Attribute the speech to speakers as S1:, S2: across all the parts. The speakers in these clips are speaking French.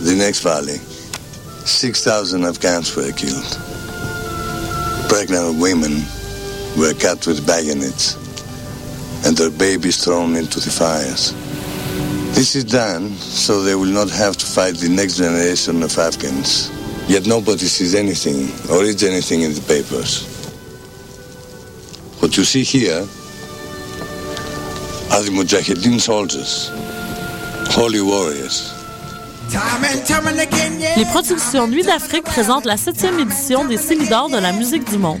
S1: the next volley, 6,000 Afghans were killed. Pregnant women were cut with bayonets and their babies thrown into the fires. This is done so they will not have to fight the next generation of Afghans. Yet nobody sees anything or reads anything in the papers. What you see here are the Mujahideen soldiers, holy warriors.
S2: Les productions Nuit d'Afrique présentent la septième édition des Célidors de la musique du monde.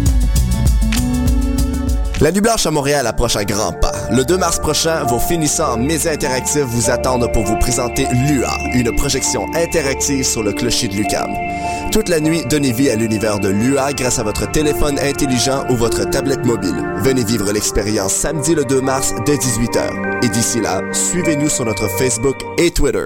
S3: La Nuit Blanche à Montréal approche à grands pas. Le 2 mars prochain, vos finissants en médias interactifs vous attendent pour vous présenter LUA, une projection interactive sur le clocher de Lucam. Toute la nuit, donnez vie à l'univers de LUA grâce à votre téléphone intelligent ou votre tablette mobile. Venez vivre l'expérience samedi le 2 mars dès 18h. Et d'ici là, suivez-nous sur notre Facebook et Twitter.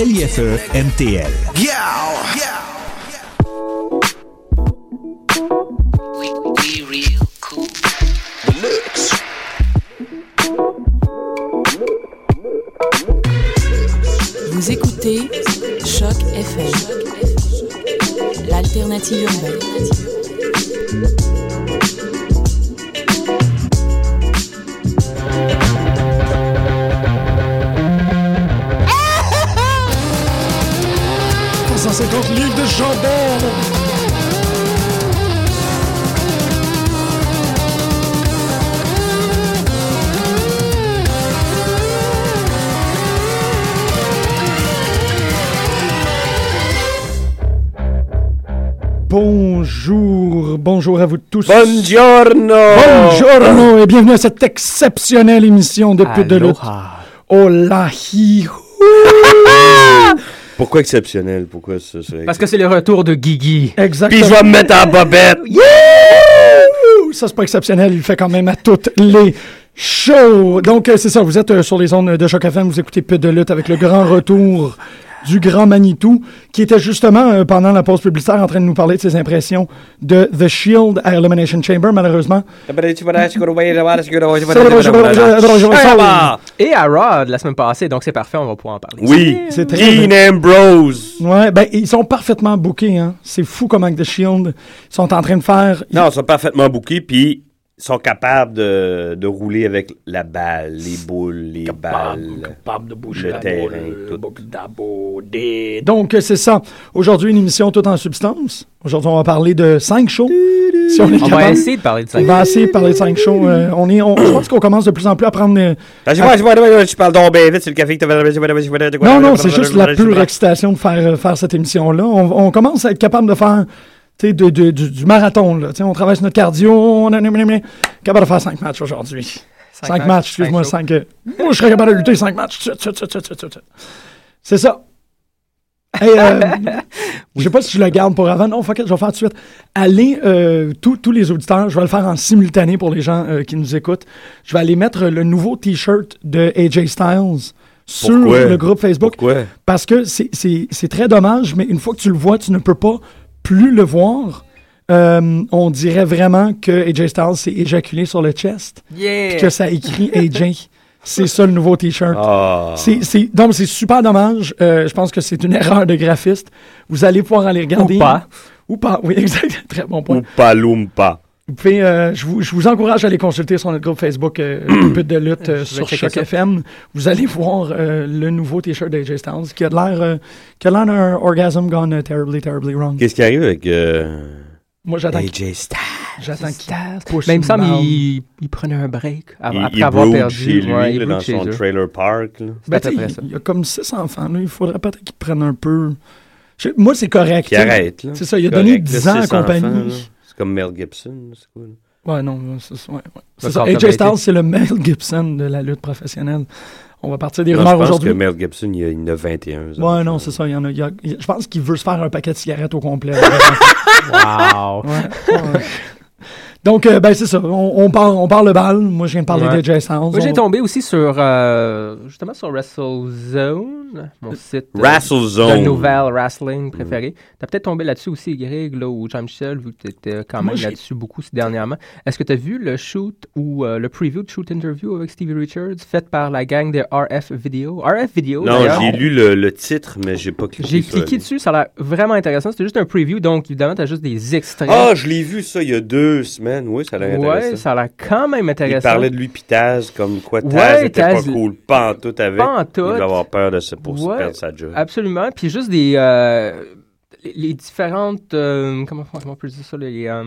S4: LIFE MTL.
S5: Vous écoutez Choc FM, l'alternative urbaine.
S6: Pour 150 livres de chandelle. Bonjour, bonjour à vous tous.
S7: Buongiorno!
S6: Bonjour et bienvenue à cette exceptionnelle émission de Pute de lutte.
S7: Aloha.
S6: Hola, hi,
S7: Pourquoi exceptionnel? Pourquoi ce serait...
S8: Parce que c'est le retour de Guigui.
S7: Puis
S6: Exactement.
S7: je vais me mettre en bobette!
S6: Yeah! Ça, c'est pas exceptionnel. Il le fait quand même à toutes les shows. Donc, euh, c'est ça. Vous êtes euh, sur les ondes de Choc FM. Vous écoutez Pute de lutte avec le grand retour du grand Manitou, qui était justement, euh, pendant la pause publicitaire, en train de nous parler de ses impressions de The Shield à Elimination Chamber. Malheureusement,
S8: Et à Raw de la semaine passée, donc c'est parfait, on va pouvoir en parler.
S7: Oui,
S6: C'est très
S7: Dean Ambrose!
S6: ouais, ben, ils sont parfaitement bookés. Hein. C'est fou comment que The Shield sont en train de faire.
S7: Non, ils sont parfaitement bouqués, puis ils sont capables de, de rouler avec la balle, les boules, les balles. Capables de bouger le terrain, tout.
S6: Donc, euh, c'est ça. Aujourd'hui, une émission toute en substance. Aujourd'hui, on va parler de cinq shows. Si on est
S8: On va
S6: capable.
S8: essayer de parler de ça.
S6: On va essayer de parler de cinq shows. Euh, on est, on- je pense qu'on commence de plus en plus à prendre. euh,
S7: Ah, je vois, je vois, je vois, tu parles donc bien vite, c'est le café que t'avais...
S6: Non, non, c'est juste la pure excitation de faire, euh, faire cette émission-là. On, on commence à être capable de faire tu sais, de- de- du, du marathon. Là. Tu sais, On travaille sur notre cardio. On est capable de faire cinq matchs aujourd'hui. Cinq, matchs, excuse-moi.
S8: cinq
S6: Cinq, euh, moi, je serais capable de lutter cinq matchs. Tut, tut, tut, tut, tut, tut. C'est ça. Hey, euh, je sais pas si je le garde pour avant. Non, fuck it, je vais faire tout de suite. Allez, euh, tous- tous les auditeurs, je vais le faire en simultané pour les gens euh, qui nous écoutent. Je vais aller mettre le nouveau T-shirt de AJ Styles sur
S7: Pourquoi?
S6: le groupe Facebook.
S7: Pourquoi?
S6: Parce que c'est- c'est c'est très dommage, mais une fois que tu le vois, tu ne peux pas plus le voir.
S4: euh, on dirait vraiment que AJ Styles s'est éjaculé sur le chest, puis que
S6: Yeah!
S4: ça écrit AJ. C'est ça le nouveau T-shirt.
S8: Ah.
S4: C'est, c'est, non, mais c'est super dommage. Euh, je pense que c'est une erreur de graphiste. Vous allez pouvoir aller regarder.
S6: Ou pas.
S4: Ou pas, oui, exact. Très bon point.
S8: Oompa Loompa.
S4: Vous pouvez, euh, je, vous, je vous encourage à aller consulter sur notre groupe Facebook euh, Le But de lutte euh,
S6: Je vais
S4: sur
S6: checker
S4: Choc
S6: ça.
S4: FM. Vous allez voir euh, le nouveau t-shirt d'AJ Styles qui a de l'air euh, qui a l'air d'un orgasm gone euh, terribly, terribly wrong.
S8: Qu'est-ce qui arrive avec euh,
S4: Moi,
S6: Ben,
S4: j'attends qu'il
S8: AJ Styles?
S4: j'attends qu'il pousse
S6: Mais il me semble
S4: mal.
S6: qu'il il prenait un break av-
S8: Il,
S6: après
S8: il
S6: avoir
S8: brood
S6: perdu.
S8: chez lui,
S6: ouais, il
S8: là,
S6: brood
S8: dans
S6: chez
S8: son
S6: eux.
S8: trailer park. là.
S6: C'est à
S4: Ben,
S6: peu
S4: tu sais,
S6: près
S4: il-
S6: ça.
S4: il y a comme six enfants. Là. Il faudrait peut-être qu'ils prennent un peu. Je- moi, c'est correct.
S8: Qui
S4: tu sais.
S8: arrête. là.
S4: C'est ça, il a
S8: Correct,
S4: donné
S8: là,
S4: 10
S8: c'est
S4: ans à
S8: ses
S4: compagnie.
S8: enfants, là. C'est comme Mel Gibson. C'est cool.
S4: Ouais, non, c'est ça. ouais, ouais. C'est
S6: Le
S4: ça.
S6: corps
S4: AJ
S6: combattu.
S4: Styles, c'est le Mel Gibson de la lutte professionnelle. On va partir des
S8: Non,
S4: rumeurs
S8: je pense que
S4: aujourd'hui.
S8: Mel Gibson, il, a, il en a 21. ça.
S4: Ouais, non, c'est ça. Il y en a, il y a- il y a- je pense qu'il veut se faire un paquet de cigarettes au complet.
S6: Wow!
S4: Ouais, ouais. Donc, euh, ben, c'est ça. On, on parle, on parle de balle. Moi, je viens de parler
S6: Ouais.
S4: de Jay Styles.
S6: Moi, j'ai
S4: On-
S6: tombé aussi sur, euh, justement, sur WrestleZone, mon site euh,
S8: Wrestle
S6: de
S8: Zone.
S6: nouvelle wrestling préféré. T'as peut-être tombé là-dessus aussi, Greg, là, ou Jean-Michel, vu que t'étais euh, quand
S4: Moi,
S6: même
S4: j'ai-
S6: là-dessus beaucoup ces- dernièrement. Est-ce que t'as vu le shoot ou euh, le preview de shoot interview avec Stevie Richards fait par la gang de RF Video? RF Video,
S8: Non,
S6: d'ailleurs.
S8: j'ai lu le, le titre, mais j'ai pas cliqué.
S6: J'ai
S8: sur le
S6: cliqué
S8: lien.
S6: dessus, ça a l'air vraiment intéressant. C'était juste un preview, donc évidemment, t'as juste des extraits.
S8: Ah, je l'ai vu ça il y a deux semaines. Oui, ça a l'air
S6: ouais,
S8: intéressant.
S6: ça a l'air quand même
S8: Il
S6: intéressant.
S8: parlait de lui pis Taz comme quoi Taz
S6: Ouais,
S8: était
S6: Taz-
S8: pas cool. Pas en tout avec.
S6: Pas en
S8: Il
S6: tout.
S8: devait avoir peur de se pour se
S6: Ouais. Ah,
S8: perdre sa job.
S6: Absolument. Puis juste des. euh, les- les différentes. euh, comment, comment on peut dire ça? Les, euh,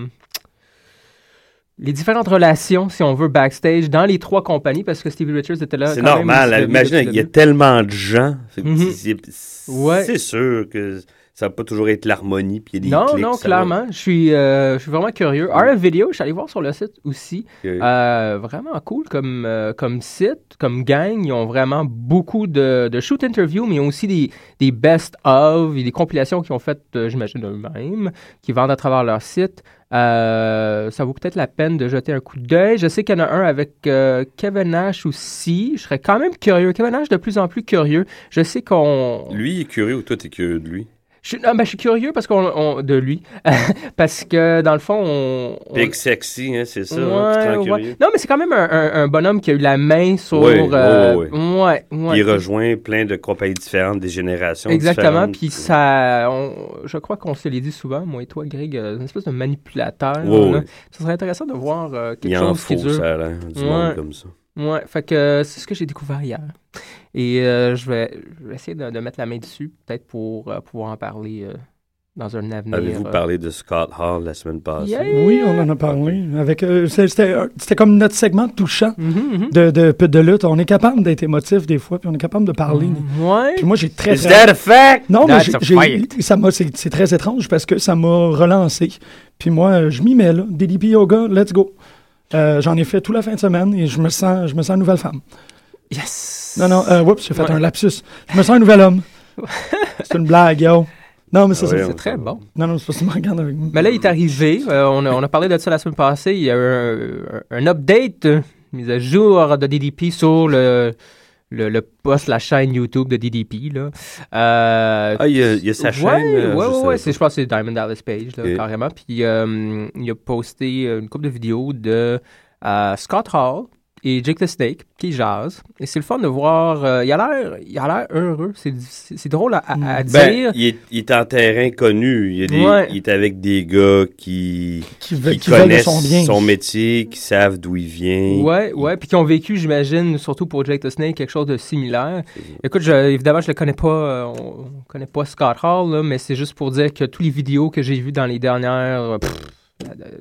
S6: les différentes relations, si on veut, backstage dans les trois compagnies, parce que Stevie Richards était là.
S8: C'est
S6: quand même
S8: normal.
S6: aussi
S8: là,
S6: depuis le
S8: Imagine, il y a
S6: début.
S8: tellement de gens. Fait que
S6: Mhm.
S8: c'est- C'est
S6: Ouais.
S8: c'est sûr que ça va pas toujours être l'harmonie puis il y a des
S6: Non,
S8: clics,
S6: non,
S8: ça va-
S6: clairement. Je suis, euh, je suis vraiment curieux. RF Video, je suis allé voir sur le site aussi.
S8: que-
S6: Euh, vraiment cool comme, euh, comme site, comme gang. Ils ont vraiment beaucoup de, de shoot interviews, mais ils ont aussi des, des best of, et des compilations qu'ils ont faites, euh, j'imagine, eux-mêmes, qui vendent à travers leur site. Euh, ça vaut peut-être la peine de jeter un coup d'œil. Je sais qu'il y en a un avec euh, Kevin Nash aussi. Je serais quand même curieux. Kevin Nash, de plus en plus curieux. Je sais qu'on.
S8: Lui, il est curieux ou toi, t'es curieux de lui?
S6: Je, suis- non, ben, je suis curieux parce qu'on, on- de lui. parce que, dans le fond, on. on-
S8: Big sexy, hein, c'est ça.
S6: Ouais,
S8: hein, tu te rends
S6: ouais.
S8: curieux.
S6: Non, mais c'est quand même un, un- un bonhomme qui a eu la main sur.
S8: Ouais, ouais,
S6: euh,
S8: ouais.
S6: ouais, ouais.
S8: Puis Il rejoint plein de compagnies différentes, des générations
S6: Exactement.
S8: différentes. euh.
S6: Puis ça, on- je crois qu'on se l'est dit souvent, moi et toi, Greg, euh, une espèce de manipulateur.
S8: Ouais,
S6: là.
S8: ouais.
S6: Ça serait intéressant de voir euh, quelque
S8: Il en
S6: chose
S8: faut,
S6: qui dure.
S8: ça a l'air, du
S6: Ouais.
S8: monde comme ça.
S6: Ouais, fait que euh, c'est ce que j'ai découvert hier. Et euh, je, vais, je vais essayer de, de mettre la main dessus, peut-être pour euh, pouvoir en parler euh, dans un avenir.
S8: Avez-vous
S6: euh,
S8: parlé de Scott Hall la semaine passée?
S6: Yeah.
S4: Oui, on en a parlé. Avec, euh, c'est- c'était, un- c'était comme notre segment touchant
S6: Mhm, mhm.
S4: de, de, de lutte. On est capable d'être émotif des fois, puis on est capable de parler.
S6: Mhm. Ouais.
S4: Puis moi, j'ai très,
S8: Is
S4: très...
S8: that a fact?
S4: Non, mais
S6: That's
S4: j'ai,
S6: a
S4: j'ai- ça m'a, c'est, c'est très étrange parce que ça m'a relancé. Puis moi, euh, je m'y mets là. DDP Yoga, let's go. Euh, j'en ai fait toute la fin de semaine et je me sens, je me sens nouvelle femme.
S6: Yes.
S4: Non, non, euh, oups, j'ai fait
S6: Ouais.
S4: un lapsus. Je me sens un nouvel homme. c'est une blague, yo. Non, mais c'est
S8: Ah
S4: ça.
S8: ouais,
S6: C'est très bon.
S4: Non, non, c'est parce que tu me regardes avec
S6: Mais là, il est arrivé. euh, on, a, on a parlé de ça la semaine passée. Il y a eu un, un update, euh, mise à jour de DDP sur le, le, le post, la chaîne YouTube de DDP. Là. Euh,
S8: Ah, il y a, il y a sa
S6: ouais,
S8: chaîne? euh,
S6: ouais,
S8: je
S6: ouais,
S8: sais
S6: ouais,
S8: pas.
S6: c'est- je pense que c'est Diamond Dallas Page, là,
S8: Ok.
S6: carrément. Puis euh, il a posté euh, une couple de vidéos de euh, Scott Hall et Jake the Snake qui jasent. Et c'est le fun de voir. euh, il a l'air, il a l'air heureux. C'est, c'est c'est drôle à, à-
S4: Hmm.
S6: à dire.
S8: Ben, il est, il est en terrain connu. Il, y a des-
S6: Ouais.
S8: il est avec des gars qui,
S4: qui, veut-
S8: qui
S4: qui veulent de
S8: connaissent
S4: son bien.
S8: métier, qui savent d'où il vient.
S6: Ouais, ouais, puis qui ont vécu, j'imagine, surtout pour Jake the Snake, quelque chose de similaire. Écoute, je- évidemment, je le connais pas, euh, on, on connaît pas Scott Hall, là, mais c'est juste pour dire que tous les vidéos que j'ai vues dans les dernières euh,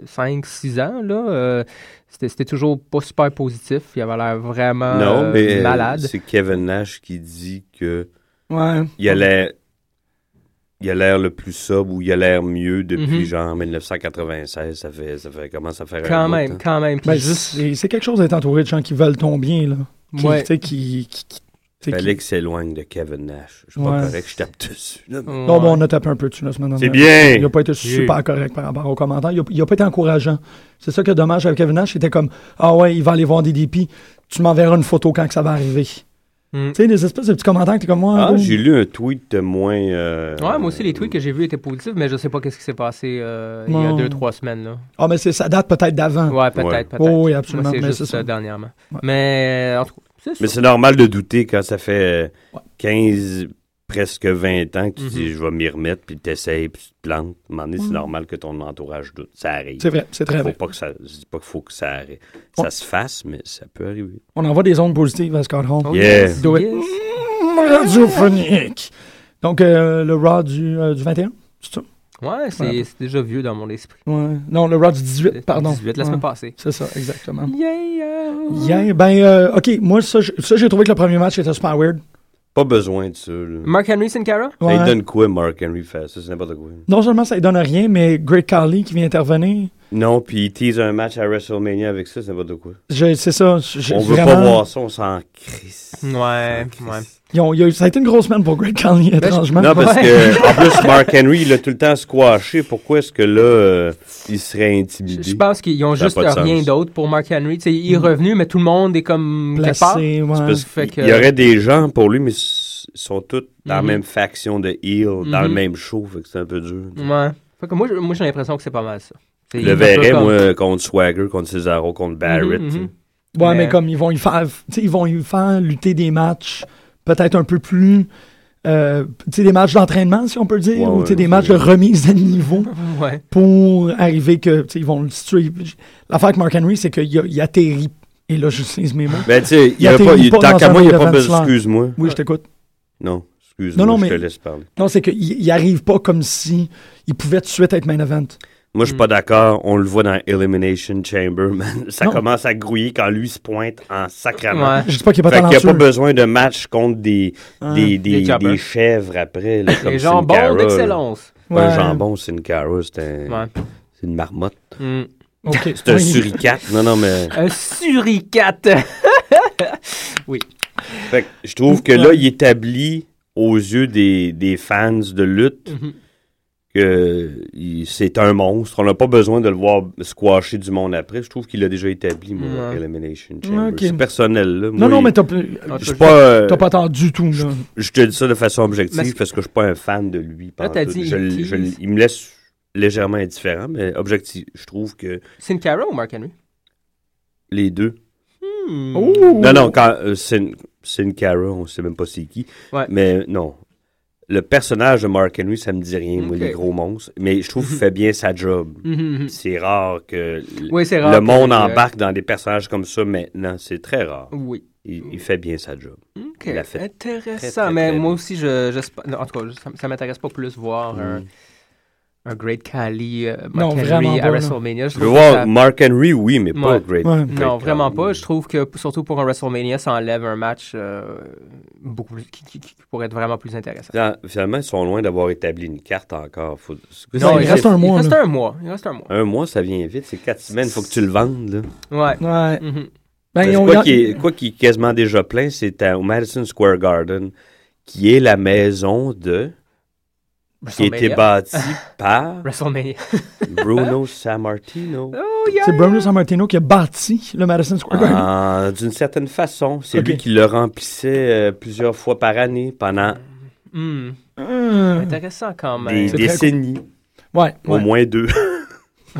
S6: 5-6 ans, là, euh, c'était c'était toujours pas super positif. Il avait l'air vraiment
S8: Non,
S6: euh,
S8: mais euh,
S6: malade.
S8: c'est Kevin Nash qui dit que
S4: Ouais.
S8: il a l'air il a l'air le plus sobre ou il a l'air mieux
S6: Mhm.
S8: depuis genre 1996 ça fait ça fait comment ça fait
S6: Quand même, quand même. Puis
S4: Ben,
S6: juste,
S4: c'est, c'est quelque chose d'être entouré de gens qui veulent ton bien, là. Qui,
S6: ouais.
S4: tu sais, qui- qui- qui- tu sais, qui-
S8: Fallait que s'éloigne de Kevin Nash je suis
S4: Ouais.
S8: pas correct je tape dessus là.
S4: Non, bon, on a tapé un peu dessus la semaine
S8: c'est
S4: dernière. Il n'a
S8: bien
S4: pas été super correct par rapport aux commentaires. Il a- Il n'a pas été encourageant. C'est ça qui est dommage avec Kevin Nash. Il était comme Ah ouais, il va aller voir DDP. Tu m'enverras une photo quand que ça va arriver.
S6: Mm.
S4: Tu sais, des espèces de petits commentaires que t'es comme moi.
S8: Hmm. Ah,
S4: bon.
S8: j'ai lu un tweet moins. euh,
S6: Ouais, moi aussi, les tweets que j'ai vus étaient positifs, mais je sais pas qu'est-ce qui s'est passé euh, il y a
S4: Non.
S6: deux, trois semaines. Là.
S4: Ah, mais c'est- ça date peut-être d'avant.
S6: Ouais, peut-être,
S8: Ouais.
S6: peut-être.
S4: Oh, oui,
S6: Moi,
S4: absolument,
S6: C'est
S4: mais
S6: juste
S4: c'est ça.
S6: euh, dernièrement.
S4: Ouais.
S6: Mais en tout cas, c'est ça.
S8: Mais c'est normal de douter quand ça fait euh,
S4: Ouais.
S8: 15, presque 20 ans que tu
S6: Mhm.
S8: dis je vais m'y remettre, puis tu essayes, puis tu te plantes. À un moment donné, c'est normal que ton entourage doute. Ça arrive.
S4: Mhm. C'est vrai, c'est très
S8: Faut
S4: vrai.
S8: pas que ça, je dis pas qu'il faut que ça arrête.
S4: Ouais.
S8: Ça se fasse, mais ça peut arriver.
S4: On envoie des ondes positives à Scott Hall.
S6: Oh,
S8: Yeah.
S6: yes,
S4: Do it.
S6: yes.
S4: Mm, Radiophonique. Donc, euh, le Raw du, euh, du 21, c'est ça?
S6: Ouais, c'est
S4: Voilà.
S6: c'est déjà vieux dans mon esprit.
S4: Ouais. Non, le Raw du 18, pardon.
S6: 18, la semaine
S4: Ouais,
S6: passée.
S4: C'est ça, exactement.
S6: Yeah.
S4: Yeah, ben, euh, OK, moi, ça, je- ça, j'ai trouvé que le premier match était super weird.
S8: Pas besoin de ça. là.
S6: Mark Henry Sin
S8: Ça,
S6: Cara?
S8: il
S4: Ouais.
S8: donne quoi, Mark Henry fait ça? C'est n'importe quoi.
S4: Non seulement ça ne donne rien, mais Great Khali qui vient intervenir,
S8: Non, puis il tease un match à WrestleMania avec ça, c'est n'importe quoi.
S4: je- c'est ça. je-
S8: On veut
S4: vraiment,
S8: pas voir ça, on s'en crisse.
S6: Ouais, ouais.
S4: ils ont- il y a eu- ça a été une grosse semaine pour Great Khali, étrangement.
S8: Non, parce
S6: Ouais.
S8: que, en plus, Mark Henry, il l'a tout le temps squashé. Pourquoi est-ce que là, euh, il serait intimidé?
S6: Je je pense qu'ils ont
S8: Ça a
S6: juste
S8: pas de
S6: rien
S8: sens.
S6: d'autre pour Mark Henry. Tu sais, il est revenu, mais tout le monde est comme quelque part.
S4: Mm. Placé, ouais.
S8: Parce
S6: Fait
S8: qu'il
S6: que-
S8: y aurait des gens pour lui, mais s- sont tous dans la
S6: Mhm.
S8: même faction de Hill, dans le
S6: Mhm.
S8: même show, fait que c'est un peu dur.
S6: Ouais. Fait que moi, je- moi j'ai l'impression que c'est pas mal ça. C'est- il
S8: Le
S6: est un peu
S8: verrais,
S6: comme-
S8: moi, contre Swagger, contre Cesaro, contre Barrett.
S6: Mhm,
S8: tu sais.
S6: mhm.
S4: Ouais, mais...
S6: Mais-
S4: comme ils vont y faire, tu sais, ils vont y faire lutter des matchs peut-être un peu plus, euh, tu sais, des matchs d'entraînement si on peut dire,
S8: Ouais,
S4: ou tu sais,
S8: ouais,
S4: des
S8: c'est
S4: matchs de
S8: vrai.
S4: remise à niveau
S6: Ouais.
S4: pour arriver que, tu sais, ils vont le situer. L'affaire avec Mark Henry, c'est qu'il a- il atterrit. Et là, je sais mes mots.
S8: Ben, tu sais, il y
S4: Il
S8: a pas,
S4: atterrit
S8: il-
S4: pas
S8: tant
S4: dans
S8: qu'à
S4: un
S8: moi, il n'y a
S4: ring
S8: pas
S4: de
S8: besoin.
S4: Vince
S8: Excuse-moi.
S4: Oui, je t'écoute.
S8: Non, excuse-moi,
S4: Non, non,
S8: je
S4: mais-
S8: te laisse parler.
S4: Euh, Non, c'est qu'il il arrive pas comme si il pouvait tout de suite être main event.
S8: Moi, je
S6: Mm.
S8: suis pas d'accord. On le voit dans Elimination Chamber, man. Ça
S4: Non.
S8: commence à grouiller quand lui se pointe en sacrament.
S6: Ouais.
S4: Je dis pas qu'il est pas
S8: Fait qu'il n'y a pas
S4: talentueux.
S8: besoin de match contre des,
S4: Hein.
S8: des,
S6: Des
S8: des,
S6: jobbers.
S8: des chèvres après. Là, comme
S6: Les
S8: Sin
S6: jambons
S8: Cara, là.
S6: d'excellence.
S8: Pas Un
S4: Ouais.
S8: jambon, c'est une cara, c'est un-
S6: Ouais.
S8: c'est une marmotte.
S6: Mm.
S4: Ok.
S8: C'est un
S4: Oui.
S8: suricate. Non, non, mais.
S6: Un suricate.
S8: Fait que je trouve que là, il établit aux yeux des, des fans de lutte
S6: Mhm.
S8: que il- c'est un monstre. On n'a pas besoin de le voir squasher du monde après. Je trouve qu'il l'a déjà établi, moi,
S6: Ouais.
S8: Elimination Chamber.
S4: Ok.
S8: C'est personnel, là. Moi,
S4: Non, non,
S8: il-
S4: mais t'as
S6: Ah,
S8: je suis
S6: t'as-
S8: pas, euh,
S4: t'as pas attendu tout. Là.
S8: Je te dis ça de façon objective
S6: Mais c'est-
S8: parce que je suis pas un fan de lui.
S6: Là, t'as
S8: pantoute.
S6: dit
S8: Je
S6: il
S8: l- je l-
S6: tease.
S8: il me laisse légèrement indifférent, mais objectif, je trouve que
S6: Sin Cara ou Mark Henry?
S8: les deux.
S6: Hmm.
S8: Non, non, quand euh, Sin, Sin Cara, on sait même pas c'est qui.
S6: Ouais.
S8: Mais non. Le personnage de Mark Henry, ça me dit rien, moi,
S6: Ok.
S8: les gros monstres. Mais je trouve qu'il fait bien sa job.
S6: Mhm, mhm.
S8: C'est rare que l-
S6: Oui, c'est rare.
S8: le monde
S6: que-
S8: embarque dans des personnages comme ça maintenant. C'est très rare.
S6: Oui.
S8: Il, il fait bien sa job.
S6: OK.
S8: Il l'a fait
S6: Intéressant.
S8: très, très,
S6: mais
S8: très
S6: moi
S8: bien.
S6: aussi, je, j'espère- non, en tout cas, je- ça, ça m'intéresse pas plus voir
S8: Hmm.
S6: un, un Great Cali, euh, Mark
S4: Non,
S6: Henry
S4: vraiment
S6: à
S4: pas, là.
S6: WrestleMania.
S8: Je
S6: Je
S8: veux
S6: trouve que
S8: voir
S6: ça-
S8: Mark Henry, oui, mais pas
S6: Ouais.
S8: Great.
S4: Ouais.
S8: Great
S6: Non, vraiment
S8: Khali.
S6: pas. Je trouve que p- surtout pour un WrestleMania, ça enlève un match euh, beaucoup plus- qui, qui- qui pourrait être vraiment plus intéressant.
S8: Finalement, finalement, ils sont loin d'avoir établi une carte encore. Faut-
S4: Non, il
S6: c'est-
S4: reste un mois,
S6: Il reste
S4: là.
S6: un mois. Il reste un mois.
S8: Un mois, ça vient vite. C'est quatre semaines. faut que tu le vendes. Là.
S6: Ouais.
S4: Ouais.
S6: Mhm.
S4: Ben,
S8: Parce
S4: ils
S8: que
S4: ont-
S8: quoi qu'il est, quoi qu'il est quasiment déjà plein, c'est à- au Madison Square Garden, qui est la maison de... qui a été
S6: WrestleMania.
S8: bâtie par
S6: WrestleMania.
S8: Bruno Sammartino.
S6: Oh, yeah.
S4: C'est Bruno Sammartino qui a bâti le Madison Square Garden.
S8: En- Ah, D'une certaine façon, c'est
S4: Ok.
S8: lui qui le remplissait euh, plusieurs fois par année pendant
S6: Hmm.
S4: Hum.
S6: Intéressant quand
S8: des
S6: même.
S4: C'est très
S8: décennies.
S4: Ouais.
S8: Au
S4: ouais.
S8: moins deux.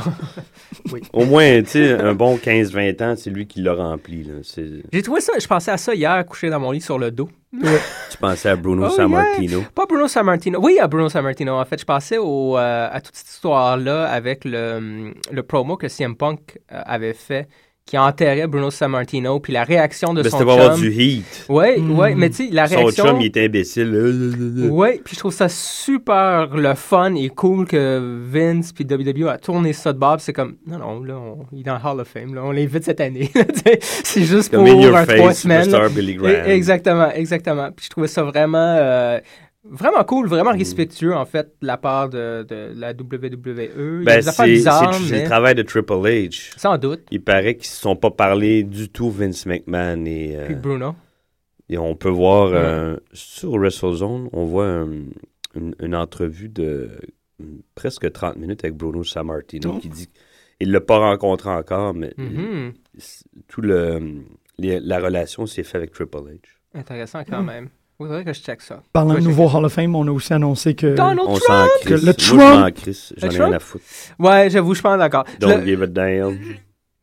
S6: Oui.
S8: Au moins, tu sais, un bon 15-20 ans, c'est lui qui l'a rempli. là. C'est-
S6: J'ai trouvé ça, je pensais à ça hier, couché dans mon lit sur le dos.
S8: Tu pensais à Bruno
S6: Oh,
S8: Sammartino.
S6: Pas Bruno Sammartino. Oui, à Bruno Sammartino. En fait, je pensais au, euh, à toute cette histoire-là avec le, hum, le promo que CM Punk euh, avait fait qui enterrait Bruno Sammartino, puis la réaction de
S8: Mais
S6: son
S8: Ben, c'était pour avoir
S6: chum.
S8: du heat.
S6: Oui, oui, mais tu sais, la
S8: Hmm. Son
S6: réaction...
S8: chum, il était imbécile.
S6: Oui, puis je trouve ça super le fun et cool que Vince puis WWE a tourné ça de barbe. C'est comme, non, non, là, on- il est dans le Hall of Fame, là, on l'invite cette année. Tu sais, c'est juste
S8: Comme in
S6: pour
S8: your
S6: un
S8: face,
S6: trois semaines.
S8: superstar Billy Graham.
S6: Et- Exactement, exactement. Puis je trouvais ça vraiment, euh, vraiment cool,
S8: Hmm.
S6: vraiment respectueux, en fait, de la part de, de la WWE. Il y a
S8: Ben,
S6: des affaires
S8: c'est
S6: bizarres,
S8: c'est- c'est
S6: mais
S8: le travail de Triple H.
S6: sans doute.
S8: Il paraît qu'ils se sont pas parlé du tout, Vince McMahon. Et, euh,
S6: Puis Bruno.
S8: et on peut voir euh, sur WrestleZone, on voit euh, une, une entrevue de euh, presque 30 minutes avec Bruno Sammartino qui dit il l'a pas rencontré encore, mais
S6: Mhm.
S8: c'est- tout le les- la relation s'est faite avec Triple H.
S6: Intéressant
S8: Hmm.
S6: quand même. Faudrait que je check ça.
S4: Parlant
S6: Ouais,
S4: de
S6: j'ai-
S4: nouveau Hall of Fame, on a aussi annoncé que.
S6: Donald
S8: On
S6: Trump!
S8: s'en
S4: Que
S8: crisse.
S4: le
S8: Moi, je m'en
S4: Trump-
S8: crisse.
S6: Le
S8: J'en ai rien à
S6: Trump?
S8: foutre.
S6: Ouais, j'avoue, je suis pas d'accord.
S8: Don't
S6: Le-
S8: give a damn.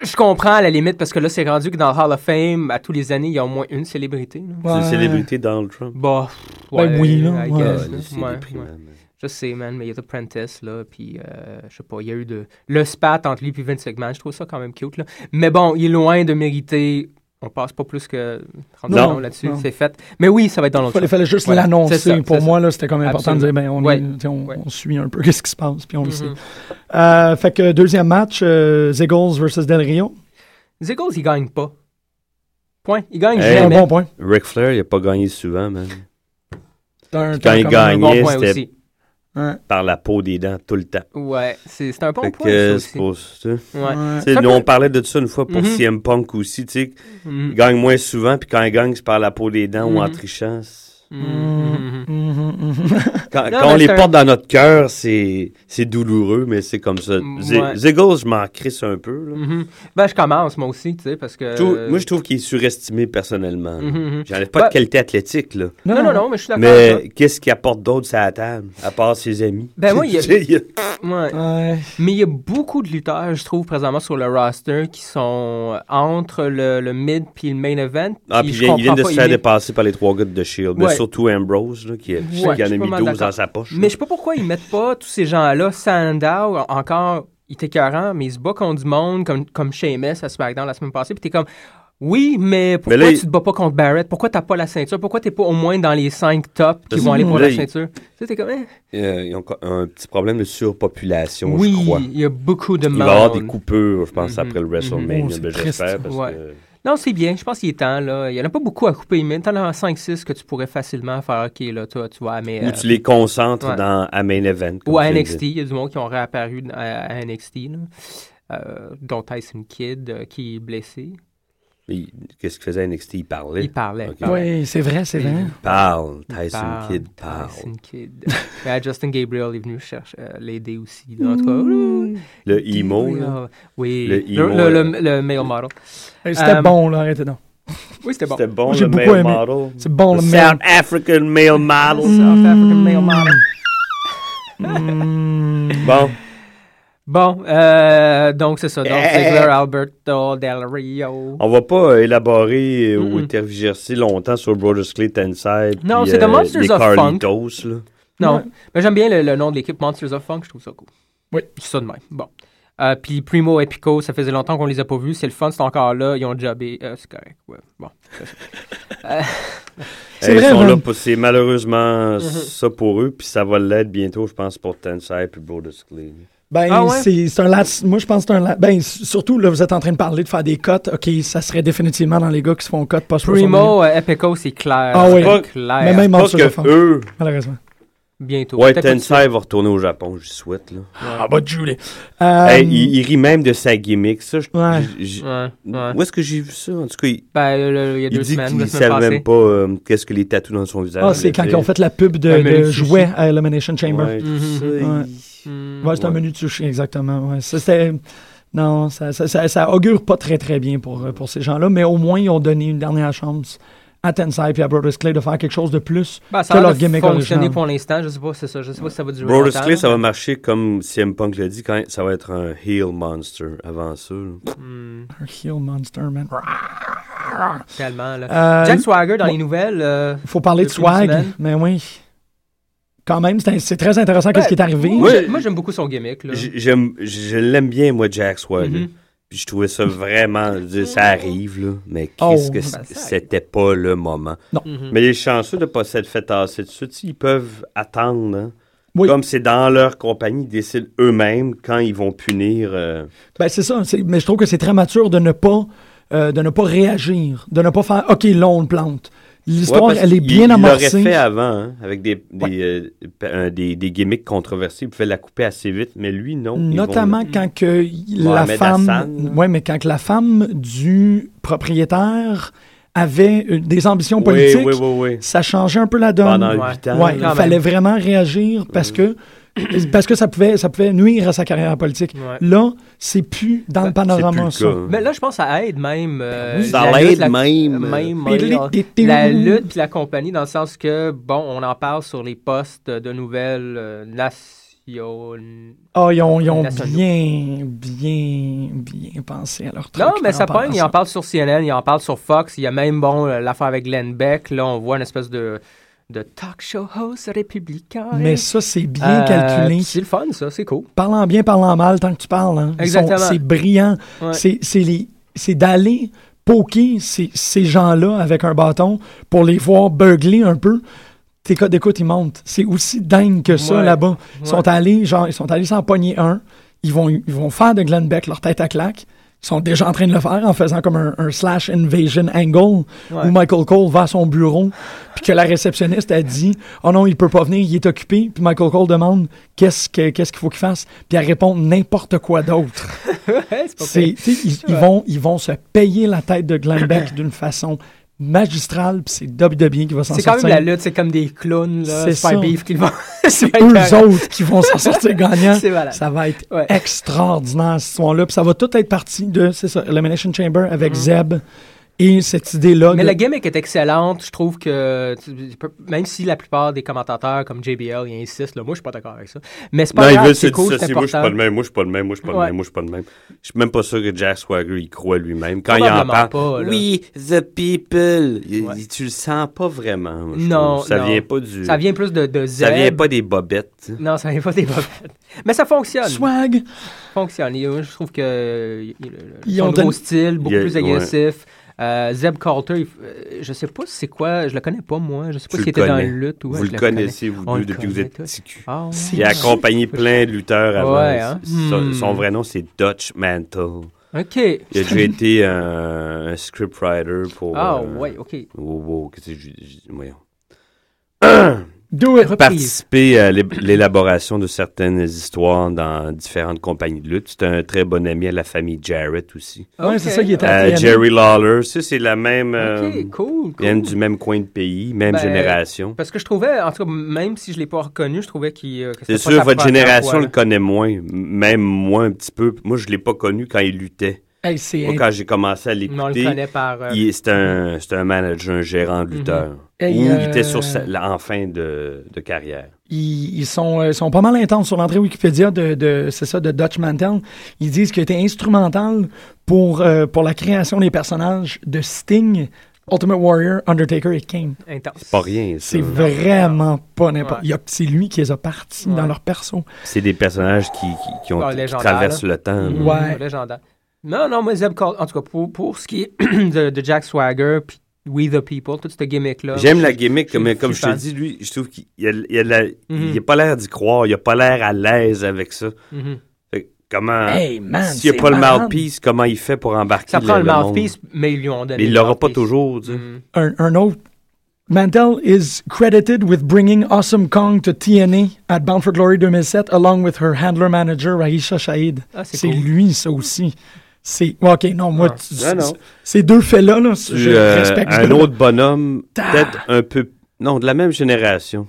S6: Je comprends à la limite parce que là, c'est rendu que dans le Hall of Fame, à tous les années, il y a au moins une célébrité. là.
S8: C'est une
S4: Ouais.
S8: célébrité Donald Trump.
S6: Bah, pff,
S4: Ben oui, là,
S6: I
S4: ouais.
S6: guess,
S8: Ouais, c'est
S6: là. Ouais,
S8: déprimant,
S6: ouais.
S8: mais-
S6: Je sais, man, mais il y a The Prentice, là, puis euh, je sais pas, il y a eu de, le spat entre lui et Vince McMahon. Je trouve ça quand même cute, là. Mais bon, il est loin de mériter. On passe pas plus que 30
S8: Non.
S6: secondes là-dessus,
S4: Non.
S6: c'est fait. Mais oui, ça va être dans
S4: Il
S6: l'autre
S4: fallait, fallait juste
S6: Voilà,
S4: l'annoncer.
S6: c'est ça,
S4: Pour
S6: c'est
S4: moi, là, c'était comme important de dire, ben, on, est-
S6: Ouais.
S4: tu sais, on-
S6: Ouais. Mm-hmm.
S4: on suit un peu qu'est-ce qui se passe, puis on le sait. Euh, fait que deuxième match, euh, Zegles versus Del Rio.
S6: Ziggles, il gagne pas. Point. Il gagne
S8: Hey.
S4: un
S6: jamais.
S4: bon point.
S8: Ric Flair, il a pas gagné souvent, man.
S4: T'as un-
S8: Quand
S4: t'as
S8: il
S4: comme un
S8: gagne,
S4: bon-
S6: Bon point
S8: c'était-
S6: aussi.
S8: Par la peau des dents, tout le temps.
S6: Ouais, c'est c'est un bon
S8: Fait
S6: point, ça
S8: que
S6: aussi.
S8: c'est pour ça. Tu
S6: Ouais.
S4: Ouais.
S8: sais,
S6: Ça
S8: nous,
S6: peut-
S8: on parlait de ça une fois pour
S6: Mhm.
S8: CM Punk aussi, tu sais.
S6: Mhm.
S8: Il gagne moins souvent, puis quand il gagne, c'est par la peau des dents ou en
S6: Mhm.
S8: trichant. C'est-
S6: Mhm.
S4: Mhm, mhm.
S8: Quand,
S6: Non,
S8: quand on
S6: mais
S8: les
S6: c'est un-
S8: porte dans notre cœur, c'est c'est douloureux, mais c'est comme ça.
S6: Mm, Ouais.
S8: Z- Ziggles, je m'en crisse un peu. là.
S6: Mhm. Ben, je commence, moi aussi, tu sais, parce que...
S8: Je trouve- Moi, je trouve qu'il est surestimé personnellement. là.
S6: Euh, Mhm.
S8: J'enlève pas
S6: Ben-
S8: de qualité athlétique, là.
S6: Non, non, non, mais je suis d'accord avec toi.
S8: Mais qu'est-ce qu'il apporte d'autre à la table, à part ses amis?
S6: Ben moi, il y a-
S8: Tu sais, il y a-
S6: Ouais.
S4: Ouais.
S6: Mais il y a beaucoup de lutteurs, je trouve, présentement sur le roster qui sont entre le, le mid puis le main event.
S8: Ah,
S6: puis
S8: puis
S6: je
S8: il vient, il vient
S6: comprends
S8: de
S6: pas,
S8: se faire
S6: il est-
S8: dépasser par les trois gars de The Shield, mais
S6: Ouais.
S8: surtout Ambrose, là, qui, a- qui
S6: je suis
S8: en a
S6: pas
S8: mis
S6: mal
S8: 12 dans
S6: d'accord.
S8: sa poche.
S6: Mais je sais pas pourquoi ils mettent pas tous ces gens-là, Sandow, en- encore, il était écœurant, mais il se bat contre du monde, comme, comme Sheamus à SmackDown la semaine passée, puis t'es comme... Oui, mais pourquoi
S8: là, il-
S6: tu te bats pas contre Barrett? Pourquoi t'as pas la ceinture? Pourquoi t'es pas au moins dans les cinq tops qui
S8: Parce
S6: vont
S8: que
S6: aller pour
S8: là,
S6: la
S8: il-
S6: ceinture? Tu sais, t'es comme... hein?
S8: Euh, ils ont co- un petit problème de surpopulation,
S6: oui,
S8: je crois.
S6: il y a beaucoup de
S8: Il
S6: monde.
S8: va y avoir des coupures, je pense,
S6: Mhm.
S8: après le
S4: Mhm.
S8: WrestleMania,
S4: Oh, c'est
S8: ben,
S4: triste.
S8: j'espère, parce
S6: Ouais.
S8: que...
S6: Non, c'est bien. Je pense qu'il est temps. Là. Il n'y en a pas beaucoup à couper, mais t'en as 5-6 que tu pourrais facilement faire. OK, là, toi, tu vois, mais.
S8: Ou
S6: euh,
S8: tu les concentres
S6: ouais.
S8: dans, à Main Event. comme
S6: ou à
S8: tu le
S6: NXT.
S8: dis.
S6: Il y a du monde qui ont réapparu à, à NXT, là. Euh, dont Tyson Kidd, euh, qui est blessé.
S8: Mais il- Qu'est-ce qu'il faisait à NXT? Il parlait.
S6: Il parlait.
S8: Ok.
S6: il parlait.
S4: Oui, c'est vrai, c'est vrai.
S8: Il parle.
S6: Il
S8: Tyson
S6: parle,
S8: Kidd parle.
S6: Tyson Kidd. Mais, euh, Justin Gabriel est venu chercher, euh, l'aider aussi. là. En tout cas, ouh,
S8: Le emo, là.
S6: Oui.
S8: Le
S6: Le,
S8: emo,
S6: le-
S8: là.
S6: le- le male model.
S4: Hey, C'était
S6: Euh,
S4: bon, là, arrêtez donc.
S6: Oui, c'était bon.
S8: C'était bon,
S4: Moi, j'ai
S8: le
S4: beaucoup
S8: male
S4: aimé.
S8: model.
S4: C'est bon,
S8: Le
S4: le
S8: South
S4: merde.
S8: African male model.
S6: South African male model.
S4: Mm.
S8: Bon,
S6: Bon, euh, donc c'est ça. Donc,
S8: Eh.
S6: Ziggler, Alberto Del Rio.
S8: on va pas euh, élaborer euh, ou
S6: Mm-mm.
S8: intervigerser longtemps sur Brothers Clay, Tenside.
S6: Non,
S8: puis,
S6: c'est The
S8: euh,
S6: Monsters
S8: les
S6: of Funk.
S8: Carlitos, là.
S6: Non,
S4: Ouais.
S6: mais j'aime bien le, le nom de l'équipe Monsters of Funk, je trouve ça cool.
S4: Oui.
S6: C'est ça de même. Bon. Euh, Puis Primo Epico, ça faisait longtemps qu'on les a pas vus. C'est le fun, c'est encore là. Ils ont jobé. Euh, c'est correct. Ouais. Bon.
S4: C'est
S8: Eh,
S4: vrai,
S8: ils sont
S4: Ron. Mm-hmm.
S8: là pour- c'est malheureusement ça pour eux, puis ça va l'être bientôt, je pense, pour Tensai et Brodus Clay.
S4: Ben,
S6: Ah ouais?
S4: c'est c'est un lapse. Moi, je pense que c'est un lapse. Ben, s- surtout, là, vous êtes en train de parler de faire des cotes. OK, ça serait définitivement dans les gars qui se font cotes post
S6: Primo euh, Epico, c'est clair.
S4: Ah oui.
S6: C'est clair.
S4: Mais même en
S8: Parce
S4: dessous de la fin,
S8: que eux,
S4: malheureusement.
S6: Bientôt.
S8: ouais,
S6: Peut-être pas tout de
S8: Tensai va retourner au Japon, j'y souhaite. Là.
S4: Ah, bah, Julie. Euh,
S8: Hey, il, il rit même de sa gimmick, ça. je-
S4: Ouais.
S8: j- j-
S6: suite. Ouais, ouais.
S8: Où est-ce que j'ai vu ça? En tout cas, il,
S6: Ben, le- il y a
S8: il
S6: deux
S8: dit
S6: semaines,
S8: qu'il
S6: la
S8: ne
S6: semaine
S8: savait
S6: passée.
S8: même pas euh, qu'est-ce que les tatous dans son visage.
S4: Ah, c'est quand ils ont fait la pub de,
S6: Un menu
S4: de
S6: de sushi.
S4: jouets à Elimination Chamber.
S8: Ouais, tout ça,
S6: Mhm.
S8: il-
S4: Ouais.
S6: Hmm.
S4: Ouais, c'est un
S8: Ouais.
S4: menu de sushi, exactement. Ouais. Ça, c'était- Non, ça, ça, ça- ça augure pas très, très bien pour, euh, pour ces gens-là, mais au moins, ils ont donné une dernière chance à Tensai et à Brodus Clay de faire quelque chose de plus.
S6: Ben,
S4: que
S6: ça a
S4: leur
S6: l'air de
S4: gimmick
S6: fonctionner
S4: original.
S6: pour l'instant. Je sais pas, c'est ça. Je sais pas si ça va durer.
S8: Brodus
S6: longtemps,
S8: Clay, ça
S6: là.
S8: va marcher comme CM Punk l'a dit, quand ça va être un heel monster avant ça. là.
S6: Hmm.
S4: Un heel monster, man.
S6: Tellement, là.
S4: Euh,
S6: Jack Swagger dans
S4: moi-
S6: les nouvelles. euh,
S4: Il faut parler de
S6: Depuis une
S4: swag,
S6: semaine.
S4: mais oui. Quand même, c'est c'est très intéressant qu'est-ce qui est arrivé.
S6: Moi,
S8: Ouais.
S6: j'ai- moi, j'aime beaucoup son gimmick. Là.
S8: J- J'aime, je l'aime bien, moi, Jack Swagger.
S6: Mhm.
S8: Puis je trouvais ça vraiment. je veux dire, ça arrive, là. Mais
S4: Oh.
S8: qu'est-ce que
S6: Ben,
S8: c-
S6: ça
S8: c'était pas le moment.
S6: Mhm.
S8: Mais les chanceux de pas s'être fait tasser de suite, ils peuvent attendre. hein.
S4: Oui.
S8: Comme c'est dans leur compagnie, ils décident eux-mêmes quand ils vont punir. euh,
S4: Ben, c'est ça. c'est- Mais je trouve que c'est très mature de ne pas euh, de ne pas réagir, de ne pas faire OK, là, on le plante. L'histoire,
S8: Ouais, parce
S4: elle est
S8: qu'il-
S4: bien
S8: Il l'aurait
S4: amorcée.
S8: fait avant, hein, avec des, des, euh, pa- euh, des, des gimmicks controversés. Il pouvait la couper assez vite, mais lui, non. ils vont-
S4: Notamment quand que il- la
S8: Mohamed
S4: femme,
S8: Hassan, là.
S4: ouais, mais quand que la femme du propriétaire avait euh, des ambitions
S8: Oui,
S4: politiques,
S8: Oui, oui, oui.
S4: ça changeait un peu la donne.
S8: Pendant
S6: Ouais.
S8: huit ans.
S4: Ouais,
S6: Quand
S4: il fallait
S6: même.
S4: vraiment réagir parce que parce que ça pouvait, ça pouvait nuire à sa carrière politique.
S6: Ouais.
S4: Là, c'est plus dans le panorama,
S8: Ben, C'est plus
S4: ça.
S8: le cas.
S6: Mais là, je pense que ça aide même. euh,
S8: Ça
S6: la
S8: l'aide
S6: lutte, la-
S8: même. euh,
S6: même, euh,
S4: Puis
S6: oui,
S4: les-
S6: on-
S4: des
S6: la
S4: théories.
S6: lutte puis la compagnie, dans le sens que, bon, on en parle sur les postes de nouvelles euh, nationaux.
S4: Ah, ils ont, ils ont
S6: Nationaux.
S4: bien, bien, bien pensé à leur
S6: Non,
S4: truc.
S6: mais
S4: par
S6: ça
S4: rapport à
S6: pogne. Il en parle sur CNN, il en parle sur Fox. Il y a même, bon, euh, l'affaire avec Glenn Beck. Là, on voit une espèce de, de talk show host républicain.
S4: Mais ça, c'est bien
S6: Euh,
S4: calculé.
S6: puis C'est le fun, ça. C'est cool.
S4: Parlant bien, parlant mal, tant que tu parles. hein. Ils sont-
S6: Exactement.
S4: C'est brillant.
S6: Ouais.
S4: C'est- C'est les- c'est d'aller poker ces, ces gens-là avec un bâton pour les voir beugler un peu. Tes codes d'écoute, ils montent. C'est aussi dingue que ça
S6: Ouais.
S4: là-bas. Ils
S6: Ouais.
S4: sont allés, genre, ils sont allés s'en pogner un. Ils vont, ils vont faire de Glenn Beck leur tête à claque. Ils sont déjà en train de le faire en faisant comme un, un slash invasion angle où Michael Cole va à son bureau puis que la réceptionniste a dit Oh non, il peut pas venir, il est occupé. Puis Michael Cole demande Qu'est-ce que- qu'est-ce qu'il faut qu'il fasse Puis elle répond n'importe quoi d'autre.
S6: Ouais, c'est pas
S4: C'est-
S6: pire.
S4: tu sais, ils, ils vont, ils vont se payer la tête de Glenn Beck d'une façon magistrale, puis c'est WWE qui va s'en
S6: C'est
S4: sortir.
S6: quand même la lutte. C'est comme des clowns, là.
S4: C'est
S6: C'est pas
S4: ça.
S6: beef qu'ils vont.
S4: C'est
S6: pas
S4: eux
S6: écœurant.
S4: autres qui vont s'en sortir gagnants.
S6: C'est malade.
S4: Ça va être
S6: Ouais.
S4: extraordinaire, ce soir-là. Puis ça va tout être parti de, c'est ça, Elimination Chamber avec Zeb et cette idée-là.
S6: Mais
S4: de-
S6: la gimmick est excellente. Je trouve que, tu- tu peux- même si la plupart des commentateurs comme JBL ils insistent, là, moi, je suis pas d'accord avec ça. Mais c'est pas
S8: Non, il
S6: grave,
S8: veut se
S6: c'est cool, c'est
S8: dissocier. Moi, je suis pas
S6: important.
S8: le même. Moi, je suis pas le même. Moi, je suis pas le
S6: Ouais.
S8: même. Moi, je suis pas le même. Je suis même pas sûr que Jack Swagger y croit lui-même. Quand il en
S6: Probablement
S8: parle.
S6: pas, là.
S8: oui, the people. Il-
S6: Ouais.
S8: il- tu le sens pas vraiment. moi, je
S6: Non,
S8: trouve. Ça
S6: non.
S8: vient pas du.
S6: Ça vient plus de, de
S8: ça
S6: Zeb.
S8: vient pas des bobettes. tu sais.
S6: Non, ça vient pas des bobettes. Mais ça fonctionne.
S4: Swag.
S6: Ça fonctionne. Il- Je trouve que euh, il- le-
S4: Ils
S6: son
S4: ont
S6: nouveau
S4: donné-
S6: style, beaucoup
S8: Il-
S6: plus
S8: ouais.
S6: agressif. Euh, Zeb Coulter, il f- euh, je sais pas c'est quoi, je le connais pas moi, je sais pas
S8: Tu
S6: s'il
S8: le
S6: était dans
S8: connais.
S6: le lutte ou ouais,
S8: vous
S6: je
S8: le
S6: connais.
S8: connaissez, vous
S6: On
S8: deux,
S6: le
S8: depuis que vous
S6: connaît,
S8: êtes
S6: toi.
S8: petit cul.
S6: Ah, ouais.
S8: Il a accompagné plein de lutteurs avant.
S6: Ouais, hein?
S8: son,
S6: Hmm.
S8: son vrai nom, c'est Dutch Mantle.
S6: OK.
S8: Il a déjà été euh, un scriptwriter pour.
S6: Ah
S8: euh,
S6: ouais, OK.
S8: Wow, wow, qu'est-ce que j'ai- j'ai- voyons.
S4: Do it.
S6: Reprise.
S8: Participer à l'é- l'élaboration de certaines histoires dans différentes compagnies de lutte. C'est un très bon ami à la famille Jarrett aussi.
S4: Ouais, c'est ça qui est
S8: Euh,
S4: à
S8: Jerry Lawler, ça c'est la même. euh,
S6: OK, cool,
S8: Ils viennent
S6: cool.
S8: du même coin de pays, même
S6: Ben,
S8: génération.
S6: Parce que je trouvais, en tout cas, même si je l'ai pas reconnu, je trouvais qu'il. euh, que
S8: C'est
S6: c'était pas
S8: sûr,
S6: sa
S8: votre
S6: première
S8: génération
S6: fois,
S8: le
S6: là.
S8: connaît moins, m- même moi un petit peu. Moi, je l'ai pas connu quand il luttait.
S4: Hey, c'est
S8: Moi, quand j'ai commencé à
S6: Mais On le
S8: l'écouter,
S6: connaît par. euh, Mm-hmm.
S8: il- c'était un, c'était un manager, un gérant de lutteur.
S4: Hey,
S8: Ou
S4: euh,
S8: il était sur sa- la- en fin de, de carrière.
S4: ils, ils sont, euh, sont pas mal intenses sur l'entrée Wikipédia de, de c'est ça, de Dutch Mantel. Ils disent qu'il a été instrumental pour, euh, pour la création des personnages de Sting, Ultimate Warrior, Undertaker et Kane.
S6: intense.
S8: Pas rien, ça.
S4: C'est vraiment pas n'importe.
S6: Ouais.
S4: il y a- C'est lui qui les a partis dans
S6: Ouais.
S4: leur perso.
S8: C'est des personnages qui, qui, qui ont,
S6: Ah,
S8: qui
S6: légendaire,
S8: traversent le temps. là.
S4: Ouais.
S6: Euh, Légendaire. Non, non, moi, Zeb Col- en tout cas, pour, pour ce qui est de, de Jack Swagger, puis We the People, toute cette gimmick-là.
S8: J'aime la
S6: je-
S8: gimmick,
S6: je-
S8: mais
S6: je
S8: comme je
S6: suis
S8: te
S6: fan.
S8: dis, lui, je trouve qu'il il a, il a la-
S6: Mhm.
S4: Mm-hmm.
S8: il a pas l'air d'y croire, il a pas l'air à l'aise avec ça.
S4: Mm-hmm.
S6: Mhm.
S8: Fait que comment...
S4: Hey, man,
S8: S'il n'y
S4: c'est
S8: a pas le
S4: malade.
S8: mouthpiece, comment il fait pour embarquer
S6: Ça
S8: le,
S6: prend le,
S8: le monde?
S6: mouthpiece, mais ils lui ont donné.
S8: Mais il
S6: le
S8: l'aura pas
S6: mouthpiece.
S8: toujours, tu sais.
S6: Mhm.
S4: Un, un autre. Mantel is credited with bringing Awesome Kong to TNA at Bound for Glory 2007 along with her handler manager Raisha Shahid.
S6: Ah, c'est
S4: c'est
S6: cool.
S4: lui, ça aussi. C'est. ouais, Ok, non, moi,
S6: Ah.
S4: tu-
S8: Non, non.
S4: ces deux faits-là, là,
S8: Tu,
S4: je
S8: euh,
S4: respecte.
S8: un autre bonhomme,
S4: Ah!
S8: peut-être un peu... Non, de la même génération.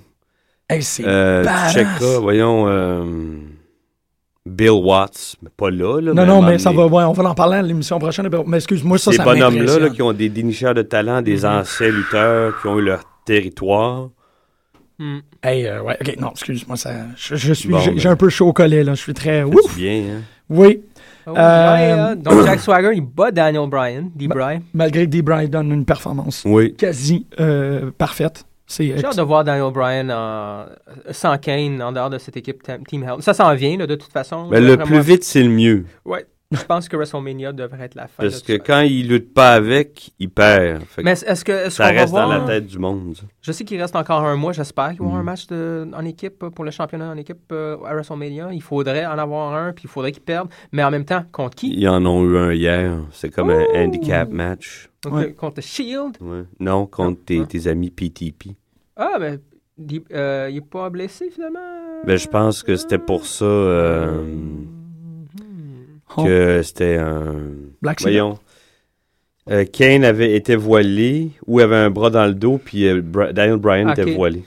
S4: Hey, c'est
S8: Euh,
S4: badass.
S8: tu checkeras, voyons... euh, Bill Watts, mais pas là. là
S4: Non, non, mais ça va,
S8: m'emmener.
S4: ouais, on va en parler à l'émission prochaine. Mais excuse-moi, ça,
S8: Ces
S4: ça
S8: bonhommes-là là,
S4: m'impressionne.
S8: qui ont des dénicheurs de talent, des anciens lutteurs qui ont eu leur territoire.
S6: Mhm.
S4: Hey, euh, ouais, ok, non, excuse-moi, ça, je, je suis,
S8: Bon,
S4: j'ai,
S8: ben.
S4: j'ai un peu chaud au collet, là, je suis très,
S8: C'est
S4: ouf,
S8: bien, hein?
S4: oui,
S6: Oh,
S4: Euh,
S6: ouais, hein. Donc, Jack Swagger, il bat Daniel Bryan. D. Bryan.
S4: malgré que Debray donne une performance
S8: Oui.
S4: quasi euh, parfaite, c'est,
S6: J'ai hâte de voir Daniel Bryan en- sans Kane en dehors de cette équipe Team Team Hell. Ça s'en vient, là, de toute façon.
S8: Mais le
S6: D'après
S8: plus
S6: moi,
S8: vite, c'est le mieux.
S6: Ouais, je pense que WrestleMania devrait être la fin. de
S8: Parce
S6: tout
S8: que
S6: ça.
S8: quand il lutte pas avec, il perd. Fait que
S6: Mais est-ce- est-ce que est-ce
S8: ça
S6: qu'on va
S8: reste dans
S6: voir...
S8: la tête Mm. du monde. ça.
S6: Je sais qu'il reste encore un mois, j'espère qu'il va y avoir un match de- en équipe euh, pour le championnat en équipe euh, à WrestleMania. Il faudrait en avoir un, puis il faudrait qu'il perde. Mais en même temps, contre qui
S8: Ils en ont eu un hier. C'est comme un handicap match.
S6: Contre,
S4: Ouais.
S6: contre The Shield
S8: Ouais. Non, contre tes, tes amis PTP.
S6: Ah, mais il euh, il est pas blessé finalement.
S8: Ben, je pense que c'était pour ça euh,
S6: Mhm.
S4: Oh,
S8: que c'était un.
S4: Black Sabbath.
S8: Voyons. Euh, Kane avait été voilé ou avait un bras dans le dos, puis euh, Bra- Daniel Bryan
S6: Ok. Uh-huh.
S8: était voilé.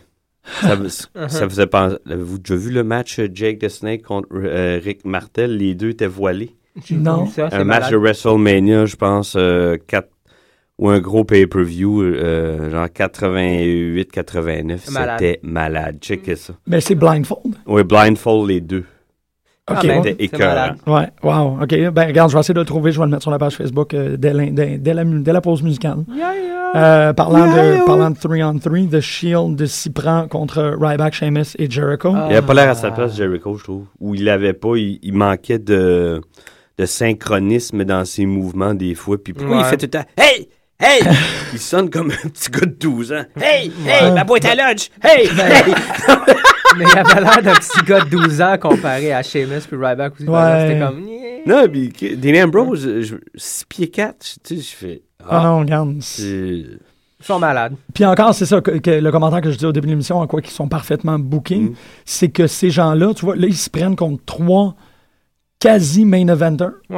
S8: Ça, me- ça faisait penser. Avez-vous déjà vu le match euh, Jake the Snake contre euh, Rick Martel? Les deux étaient voilés.
S6: J'ai
S4: Non.
S6: vu ça, Ah, c'est
S8: Un match de
S6: malade.
S8: WrestleMania, je pense, euh, quatre- ou un gros pay-per-view, euh, genre 88-89.
S6: Malade. Mm.
S8: C'était malade. Checkez ça.
S4: Mais c'est blindfold.
S8: Oui, blindfold les deux.
S6: Ah,
S4: OK.
S6: ben,
S4: ouais.
S8: C'était
S6: c'est
S8: écœurant.
S6: malade.
S4: Ouais, wow. OK. Ben, regarde, je vais essayer de le trouver. Je vais le mettre sur la page Facebook euh, dès, l'in- dès- dès la, mu- dès la pause musicale. Euh, parlant, de, parlant de 3 on 3, The Shield s'y prend contre Ryback, Sheamus et Jericho.
S6: Ah.
S8: Il avait pas l'air à sa place, Jericho, je trouve. Ou il l'avait pas, il, il manquait de, de synchronisme dans ses mouvements des fois. Puis pourquoi il
S6: Ouais.
S8: fait tout le temps Hey! Hey! il sonne comme un petit gars de 12 ans. Hey! Hey! Ma boîte à lunch! Hey! hey!
S6: Mais il avait l'air d'un petit gars de 12 ans comparé à Seamus puis Ryback aussi. par là,
S4: Ouais.
S6: C'était comme. Yeah.
S8: non, puis que- Dean Ambrose, euh, je- 6 pieds 4, tu sais, je fais.
S4: Ah
S8: Ah,
S4: non, regarde.
S8: c'est-
S6: Ils sont malades.
S4: Puis encore, c'est ça, que, que le commentaire que je dis au début de l'émission, en quoi qu'ils sont parfaitement bookés,
S8: Mm.
S4: c'est que ces gens-là, tu vois, là, ils se prennent contre trois quasi-main eventers.
S6: Ouais.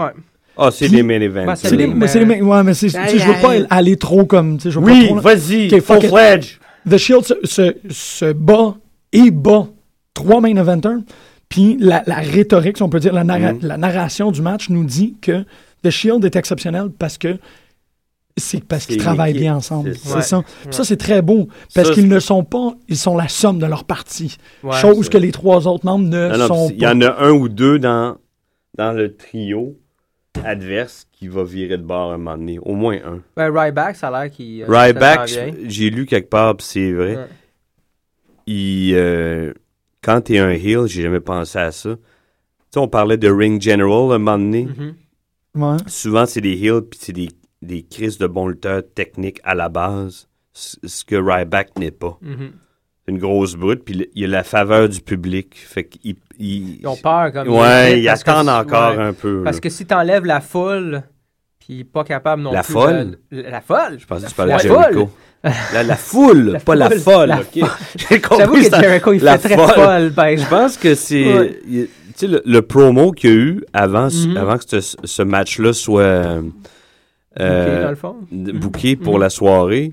S8: Ah, c'est
S4: Puis-
S8: des main events.
S6: Bah, c'est
S8: ça.
S6: des-
S4: Mais c'est les mains- Ouais, mais c'est- tu sais, je veux pas aller trop comme. tu sais, je veux pas
S8: Oui,
S4: trop-
S8: vas-y,
S4: Ok, fuck it.
S8: full-fledged.
S4: The Shield se, se, se bat et bat trois main eventers. Puis la, la rhétorique, si on peut dire, la, narra-
S8: Mhm.
S4: la narration du match nous dit que The Shield est exceptionnel parce que c'est parce qu'ils
S8: C'est
S4: travaillent
S8: une
S4: bien
S8: équipe,
S4: ensemble.
S8: c'est
S4: C'est
S8: ça.
S4: ça. Puis ça, c'est très beau parce
S8: Ça,
S4: qu'ils
S8: c'est-
S4: ne sont pas, ils sont la somme de leur parti.
S6: Ouais,
S4: chose
S8: c'est-
S4: que les trois autres membres ne
S8: Non, non,
S4: sont
S8: puis il y
S4: pas.
S8: en a un ou deux dans, dans le trio adverse qui va virer de bord un moment donné. Au moins un.
S6: Ben, Ryback, ça a l'air qu'il. euh,
S8: Ryback,
S6: se sent bien.
S8: j'ai lu quelque part, puis c'est vrai.
S6: Ouais.
S8: Il, euh, quand t'es un heel, j'ai jamais pensé à ça. Tu sais, on parlait de Ring General un moment donné.
S6: Mhm.
S8: Mm-hmm.
S4: Ouais.
S8: Souvent, c'est des heels, puis c'est des, des crises de bons lutteurs techniques à la base. C- Ce que Ryback n'est pas.
S6: Mhm.
S8: C'est une grosse brute, puis le- il a la faveur du public. Fait qu'il. il-
S6: Ils ont peur comme
S8: Ouais,
S6: ils-
S8: ils
S6: parce que-
S8: attendent encore
S6: ouais.
S8: un peu.
S6: Parce
S8: là.
S6: que si t'enlèves la foule, puis pas capable non
S8: La
S6: plus.
S8: folle?
S6: de- La, la folle.
S8: Je pensais que tu parlais
S6: La
S8: de Jericho.
S6: foule.
S8: La, la foule,
S6: La
S8: pas la
S6: folle,
S8: folle.
S6: la
S8: ok? J'ai compris,
S6: J'avoue que
S8: ça-
S6: Jericho, il
S8: la
S6: fait très folle. ben, par
S8: Je
S6: exemple.
S8: pense que c'est.
S6: Ouais.
S8: il- Tu sais, le, le promo qu'il y a eu avant, ce-
S6: Mhm.
S8: avant que ce, ce match-là soit euh,
S6: Ok, dans
S8: euh,
S6: le fond. Mm-hmm.
S8: booké pour la soirée,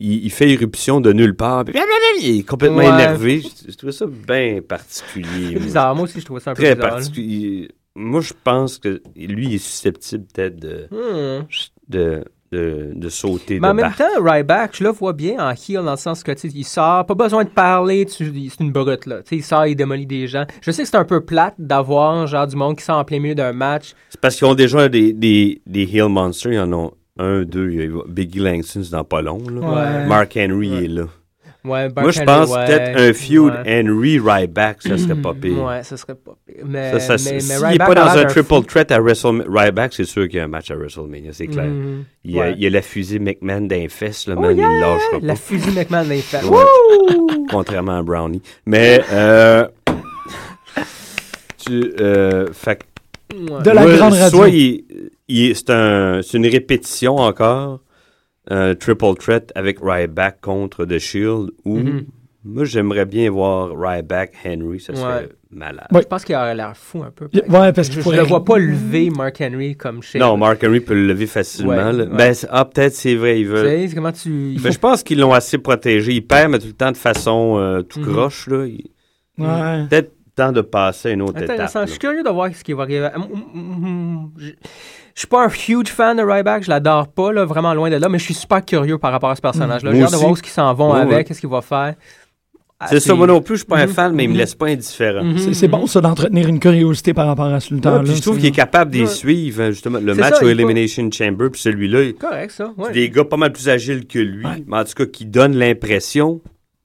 S8: il, il fait éruption de nulle part. puis blablabla, Il est complètement
S6: Ouais.
S8: énervé. Je, je trouvais ça bien particulier.
S6: C'est bizarre. Moi aussi, je trouvais ça un peu
S8: Très
S6: bizarre. là.
S8: particulier. Moi, je pense que lui, il est susceptible peut-être de,
S6: Hmm.
S8: de, de, de sauter
S6: Mais en
S8: de
S6: même
S8: barre.
S6: temps, Ryback, je le vois bien en heel dans le sens que tu sais, il sort, pas besoin de parler, tu- il- c'est une brute là. Tu sais, il sort, il démolit des gens. Je sais que c'est un peu plate d'avoir genre du monde qui sort en plein milieu d'un match.
S8: C'est parce qu'ils ont déjà des, des, des Hill Monsters. Ils en ont un, deux. Il y a Biggie Langston, c'est dans pas long. là.
S6: Ouais.
S8: Mark Henry est là.
S6: Ouais, Mark
S8: Moi, je
S6: Henry,
S8: pense
S6: ouais.
S8: peut-être un feud
S6: Ouais.
S8: Henry-Ryback, ça serait pas pire.
S6: Ouais, ça serait pas pire. Mais,
S8: Ça, ça,
S6: mais,
S8: s'il
S6: mais
S8: n'est
S6: Ryback
S8: pas
S6: a
S8: dans
S6: l'air
S8: un
S6: d'un
S8: triple
S6: fou.
S8: threat à WrestleMania, Ryback, c'est sûr qu'il y a un match à WrestleMania, c'est clair.
S6: Mhm.
S8: il, y a,
S6: ouais.
S8: il y a la fusée McMahon d'un fesse, le man, il lâchera
S6: Oh, La
S8: pas.
S6: fusil McMahon l'a fait.
S8: Ouais.
S6: Wouh!
S8: Contrairement à Brownie. Mais, euh, tu, euh, fait que
S4: De la
S8: Ouais,
S4: grande radio.
S8: Soit il, il est- c'est un- c'est une répétition encore, un triple threat avec Ryback contre The Shield, ou
S6: Mhm.
S8: moi j'aimerais bien voir Ryback Henry, ça serait
S6: Ouais.
S8: malade.
S4: Ouais.
S6: Je pense qu'il aurait l'air fou un peu.
S4: Y- Ouais, parce qu'il
S6: Je, je
S4: pourrait-
S6: le vois pas lever Mark Henry comme chez.
S8: Non, Mark Henry peut le lever facilement.
S6: Ouais,
S8: là.
S6: ouais.
S8: Ben, c'est- ah, peut-être c'est vrai, ils
S6: Tu
S8: veulent.
S6: sais, c'est comment tu. il
S8: euh, Mais
S6: faut-
S8: je pense qu'ils l'ont assez protégé. Il perd, mais tout le temps de façon euh, tout
S6: Mhm.
S8: croche. là. Il-
S4: Ouais.
S8: Peut-être temps de passer à une autre étape.
S6: Intéressant.
S8: là.
S6: Je suis curieux de voir ce qui va arriver. Hum, hum, hum, hum. Je je suis pas un huge fan de Ryback, je l'adore pas, là, vraiment loin de là, mais je suis super curieux par rapport à ce personnage-là.
S8: Mm.
S6: J'ai
S8: Moi
S6: hâte de
S8: aussi.
S6: voir ce qu'ils s'en vont
S8: Ouais,
S6: avec,
S8: ouais.
S6: qu'est-ce qu'il va faire. Ah,
S8: C'est ça, moi non plus, je suis pas un
S6: Mhm.
S8: fan, mais il me
S6: Mhm.
S8: laisse pas indifférent.
S6: Mhm,
S4: C'est c'est
S6: mhm.
S4: bon, ça, d'entretenir une curiosité par rapport à ce
S6: Ah,
S8: Ouais,
S4: lutteur-là.
S8: puis je trouve
S4: c'est-
S8: qu'il est capable d'y
S6: Ouais.
S8: suivre, hein, justement. Le
S6: C'est
S8: match
S6: ça,
S8: au
S6: il faut-
S8: Elimination Chamber, puis celui-là, il-
S6: Correct, ça.
S8: c'est
S6: Ouais.
S8: des gars pas mal plus agiles que lui, mais en tout cas, qui donne l'impression,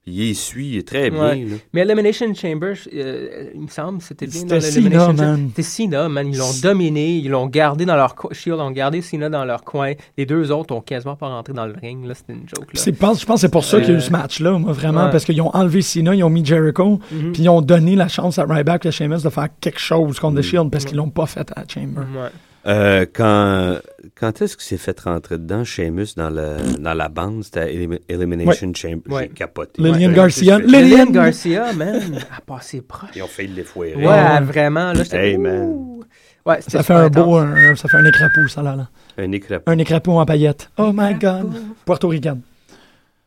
S8: il y suit, il est très
S6: Ouais.
S8: bien. là.
S6: Mais Elimination Chamber, je- euh, il me semble, c'était bien dans
S4: C'était
S6: l'Elimination
S4: Cena,
S6: Chamber.
S4: man.
S6: C'était Cena, man. Ils l'ont dominé, ils l'ont gardé dans leur coin. Shield ont gardé Cena dans leur coin. Les deux autres ont quasiment pas rentré dans le ring, là. C'était une joke, là.
S4: C'est pas- je pense que c'est pour ça qu'il y a
S6: Euh,
S4: eu ce match-là, moi, vraiment,
S6: ouais.
S4: parce qu'ils ont enlevé Cena, ils ont mis Jericho,
S8: Mhm.
S4: puis ils ont donné la chance à Ryback et à Sheamus de faire quelque chose
S8: Mhm.
S4: contre The Shield, parce qu'ils l'ont pas fait à Chamber.
S6: Ouais.
S8: Euh, quand quand est-ce qu'il s'est fait rentrer dedans, Sheamus, dans la, dans la bande, c'était à Elim- Elimination Chamber,
S6: Ouais.
S8: j'ai capoté.
S4: Lillian
S8: Ouais.
S4: Garcia.
S8: Ils
S6: Lillian
S4: Lillian!
S6: Garcia, man, a passé proche.
S8: ont failli les foirer.
S6: Ouais,
S4: Ouais.
S6: vraiment. Là, j'étais-
S8: Hey, man.
S6: Ouh. Ouais, c'était
S4: Ça fait
S6: super
S4: un
S6: intense.
S4: beau, un- ça fait un écrapou, ça, là, là.
S8: Un écrapou.
S4: Un écrapou en paillettes. Oh my God! Puerto Rican.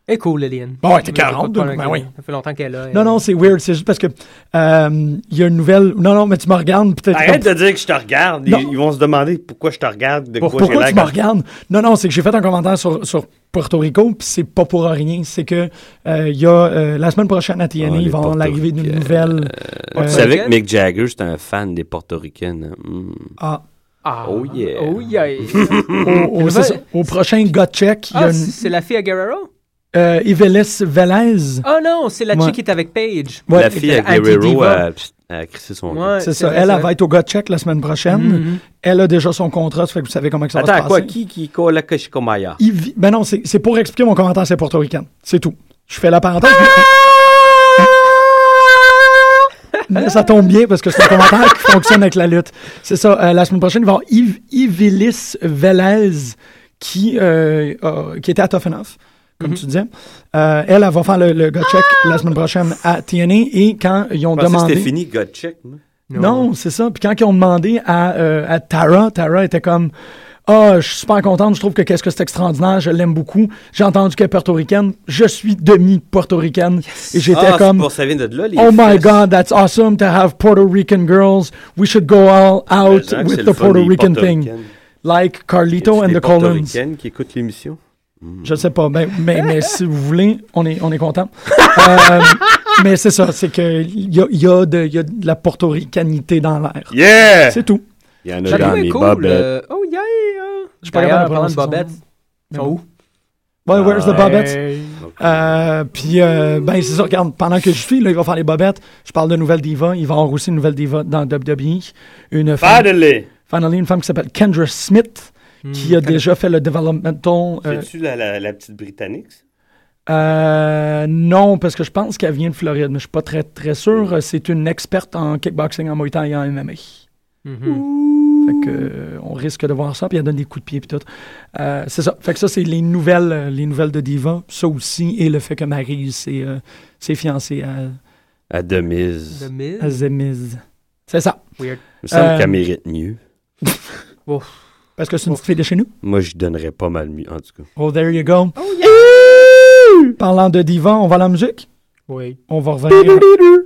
S9: Elle est cool, Lillian. Mais
S6: Bon, elle était
S9: j'ai pas de
S6: 40,
S9: problème
S6: ben
S9: avec
S6: oui.
S9: elle. Ça fait longtemps qu'elle est là.
S6: Non, non, c'est weird. C'est juste parce que euh, il y a une nouvelle. Non, non, mais tu me regardes. peut-être
S8: Arrête de dire que je te regarde. Ils,
S6: Non.
S8: ils vont se demander pourquoi je te regarde, de
S6: Pour-
S8: quoi j'ai
S6: pourquoi
S8: l'air
S6: tu me
S8: quand-
S6: regardes? Non, non, c'est que j'ai fait un commentaire sur, sur Porto Rico, puis c'est pas pour rien. C'est que euh, il y a euh, la semaine prochaine à TNA,
S8: Ah, les
S6: ils vont
S8: Porto
S6: l'arrivée d'une
S8: Ricains.
S6: nouvelle.
S8: Tu
S6: euh,
S8: savais que Mick Jagger, c'était un fan des portoricaines. Hmm.
S6: ah,
S9: Ah,
S8: Oh, yeah.
S9: Oh yeah.
S6: au, au- c'est ça, au prochain gut check, il y
S9: ah,
S6: a une,
S9: c'est c'est la fille à Guerrero?
S6: euh, Ivelis Velez.
S9: Ah non, c'est la
S6: Ouais.
S9: chick qui est avec Paige.
S6: Ouais,
S8: La fille à
S9: anti-diva.
S8: Guerrero euh, a, a crissé son
S9: Ouais,
S6: c'est ça.
S9: vrai,
S6: Elle, elle
S9: vrai.
S6: va être au gut check la semaine prochaine.
S9: Mhm.
S6: Elle a déjà son contrat, ça fait que vous savez comment que ça va se
S8: Mm-hmm. Attends,
S6: passer.
S8: quoi? Qui, qui, quoi, la Koshikomaya?
S6: Ivi- Ben non, c'est c'est pour expliquer mon commentaire, c'est portoricaine. C'est tout. Je fais la parenthèse. Mais ça tombe bien parce que c'est un commentaire qui fonctionne avec la lutte. C'est ça. euh, la semaine prochaine, il va y avoir Yves- Yvelis Velez qui, euh, a- qui était à Tough Enough,
S8: Mm-hmm.
S6: comme tu disais. Euh, elle, elle va faire le, le gut check la semaine prochaine à TNA et quand ils ont
S8: Je pensais que
S6: demandé.
S8: c'était fini, God check. moi.
S6: Non, c'est ça. Puis quand ils ont demandé à, euh, à Tara, Tara était comme Ah, je suis super contente, je trouve que qu'est-ce que c'est extraordinaire, je l'aime beaucoup. J'ai entendu qu'elle est portoricaine, je suis demi-portoricaine. Et j'étais
S8: Ah, c'est
S6: comme
S8: pour ça vient de là, les
S6: Oh my
S8: fesses.
S6: god, that's awesome to have Puerto Rican girls. We should go all
S8: Mais
S6: out
S8: Jacques, c'est
S6: with
S8: le
S6: the
S8: fun
S6: Puerto
S8: des
S6: Rican thing.
S8: Portoricaines.
S6: Like
S8: Y a-tu
S6: Carlito and
S8: des
S6: the Collins.
S8: Portoricaines qui écoutent l'émission.
S6: Je sais pas, ben, mais, mais si vous voulez, on est, on est content. Euh, mais c'est ça, c'est qu'il y a, il y, a de- il y a de la portoricanité dans l'air.
S8: Yeah!
S6: C'est tout.
S8: Il y en
S9: Ça
S8: a dans
S9: doit être
S8: mes
S9: cool,
S8: bobettes.
S9: euh, Oh yeah. Je
S6: suis pas capable de prononcer son
S9: Bobette. Ils sont où?
S6: Well, where's the Bobettes?
S9: Hey.
S6: Euh, puis, euh, ben, c'est ça, regarde, pendant que je suis, là, il va faire les bobettes. Je parle de nouvelle diva. Il va y avoir aussi une nouvelle diva dans WWE. Une femme,
S8: Finally!
S6: finally, une femme qui s'appelle Kendra Smith, qui a
S9: Kendra.
S6: déjà fait le developmental. euh,
S8: C'est-tu la, la, la petite Britannique? ça?
S6: euh, non, parce que je pense qu'elle vient de Floride, mais je suis pas très, très sûr. Euh, C'est une experte en kickboxing, en Muay Thai et en MMA.
S9: Mhm.
S6: Fait que, euh, on risque de voir ça, puis elle donne des coups de pied, puis tout. Euh, c'est ça. Fait que ça, c'est les nouvelles, euh, les nouvelles de Diva. Ça aussi, et le fait que Maryse s'est euh, s'est fiancée à,
S8: À
S9: The
S8: demise.
S9: Miz.
S6: à Zemiz. C'est ça.
S8: Il me semble
S6: Euh,
S8: qu'elle mérite mieux.
S6: Parce que c'est une petite fille de chez nous.
S8: Moi, je donnerais pas mal mieux, en tout cas.
S6: Oh, there you go. Ouh! Parlant de Diva, on va à la musique.
S9: Oui.
S6: On va revenir.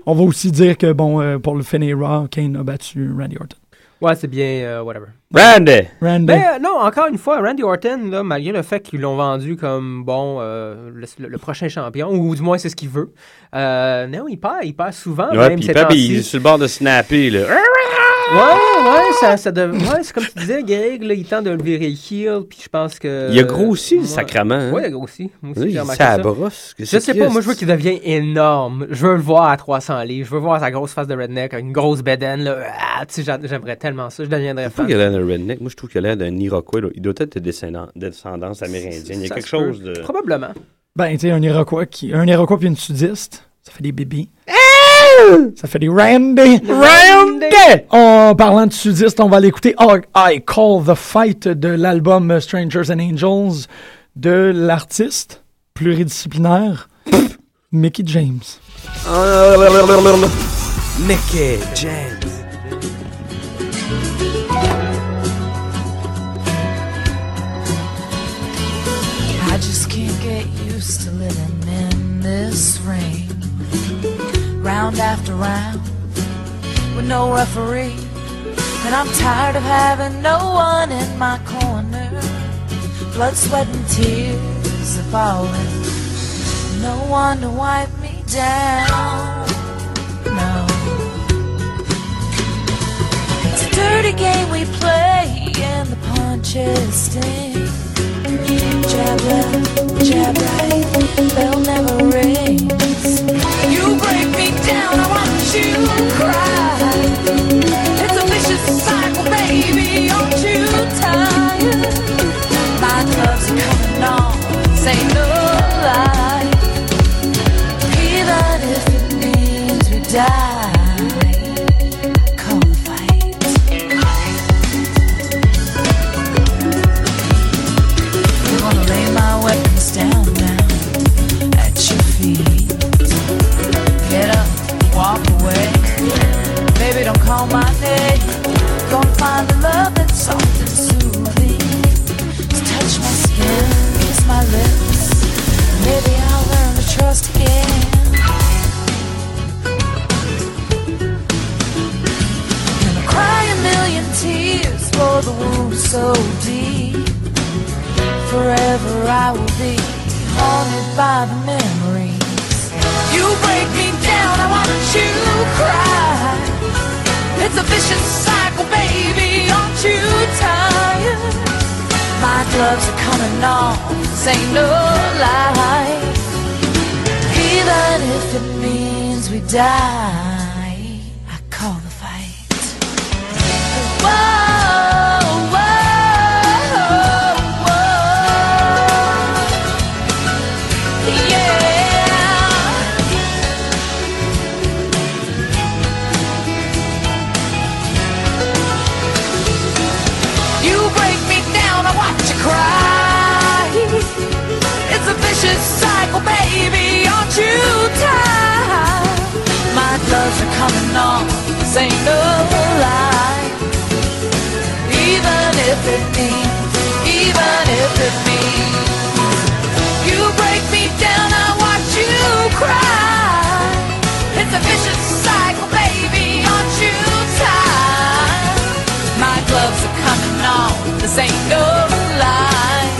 S6: On va aussi dire que, bon, euh, pour le finir Raw, Kane a battu Randy Orton.
S9: Ouais, c'est bien, euh, whatever.
S6: Ah,
S8: Randy!
S6: Randy.
S9: Ben euh, non, encore une fois, Randy Orton, là, malgré le fait qu'ils l'ont vendu comme bon euh, le, le prochain champion, ou du moins c'est ce qu'il veut, euh, non, il perd, il perd souvent,
S8: Ouais,
S9: même
S8: puis
S9: ces
S8: Pab,
S9: temps-ci.
S8: il est sur le bord de snapper, là.
S9: Ouais, ouais, ça, ça dev- ouais, c'est comme tu disais, Greg, là, il tente de le virer heel, puis je pense que...
S8: Il a grossi, le
S9: Ouais.
S8: sacrament. hein?
S9: Euh, Ouais, il a grossi. Moi aussi,
S8: Oui,
S9: j'ai
S8: il
S9: remarqué
S8: ça
S9: ça.
S8: brosse.
S9: Je sais pas, moi je veux qu'il devienne énorme. Je veux le voir à 300 livres. Je veux voir sa grosse face de redneck, une grosse bedaine. Là. Ah, tu sais, j'a- j'aimerais tellement ça. Je deviendrais
S8: Je
S9: fan.
S8: trouve qu'il a l'air d'un redneck. Moi, je trouve qu'il a l'air d'un Iroquois. là. Il doit être de descendance, descendance amérindienne. Il y a
S9: Ça
S8: quelque
S9: se peut.
S8: chose de.
S9: Probablement.
S6: Ben, tu sais, un Iroquois qui. Un Iroquois puis une sudiste. Ça fait des bébés. Ça fait des Randy. Randy! En parlant de sudiste, on va l'écouter. Oh, I Call the Fight de l'album Strangers and Angels de l'artiste pluridisciplinaire Mickey James.
S8: Mickey James.
S10: I just can't get used to living in this rain. Round after round, with no referee. And I'm tired of having no one in my corner. Blood, sweat, and tears are falling. No one to wipe me down. No. It's a dirty game we play, and the punches sting. Jab left, jab right, bell never rings. You break me down, I watch you cry. It's a vicious cycle, baby, aren't you tired? My gloves are coming on, say no lie. Even if it means we die, call the fight. for the wound so deep. Forever I will be haunted by the memories. You break me down, I watch you cry. It's a vicious cycle, baby. Aren't you tired? My gloves are coming off, this ain't no lie. Even if it means we die, I call the fight. Whoa, whoa, whoa. Yeah. You break me down, I watch you cry. It's a vicious cycle, baby. Aren't you tired? My gloves are coming off. This ain't no lie. Even if it means, even if it means. You break me down, I watch you cry. It's a vicious cycle, baby. Aren't you tired? My gloves are coming off. This ain't no lie.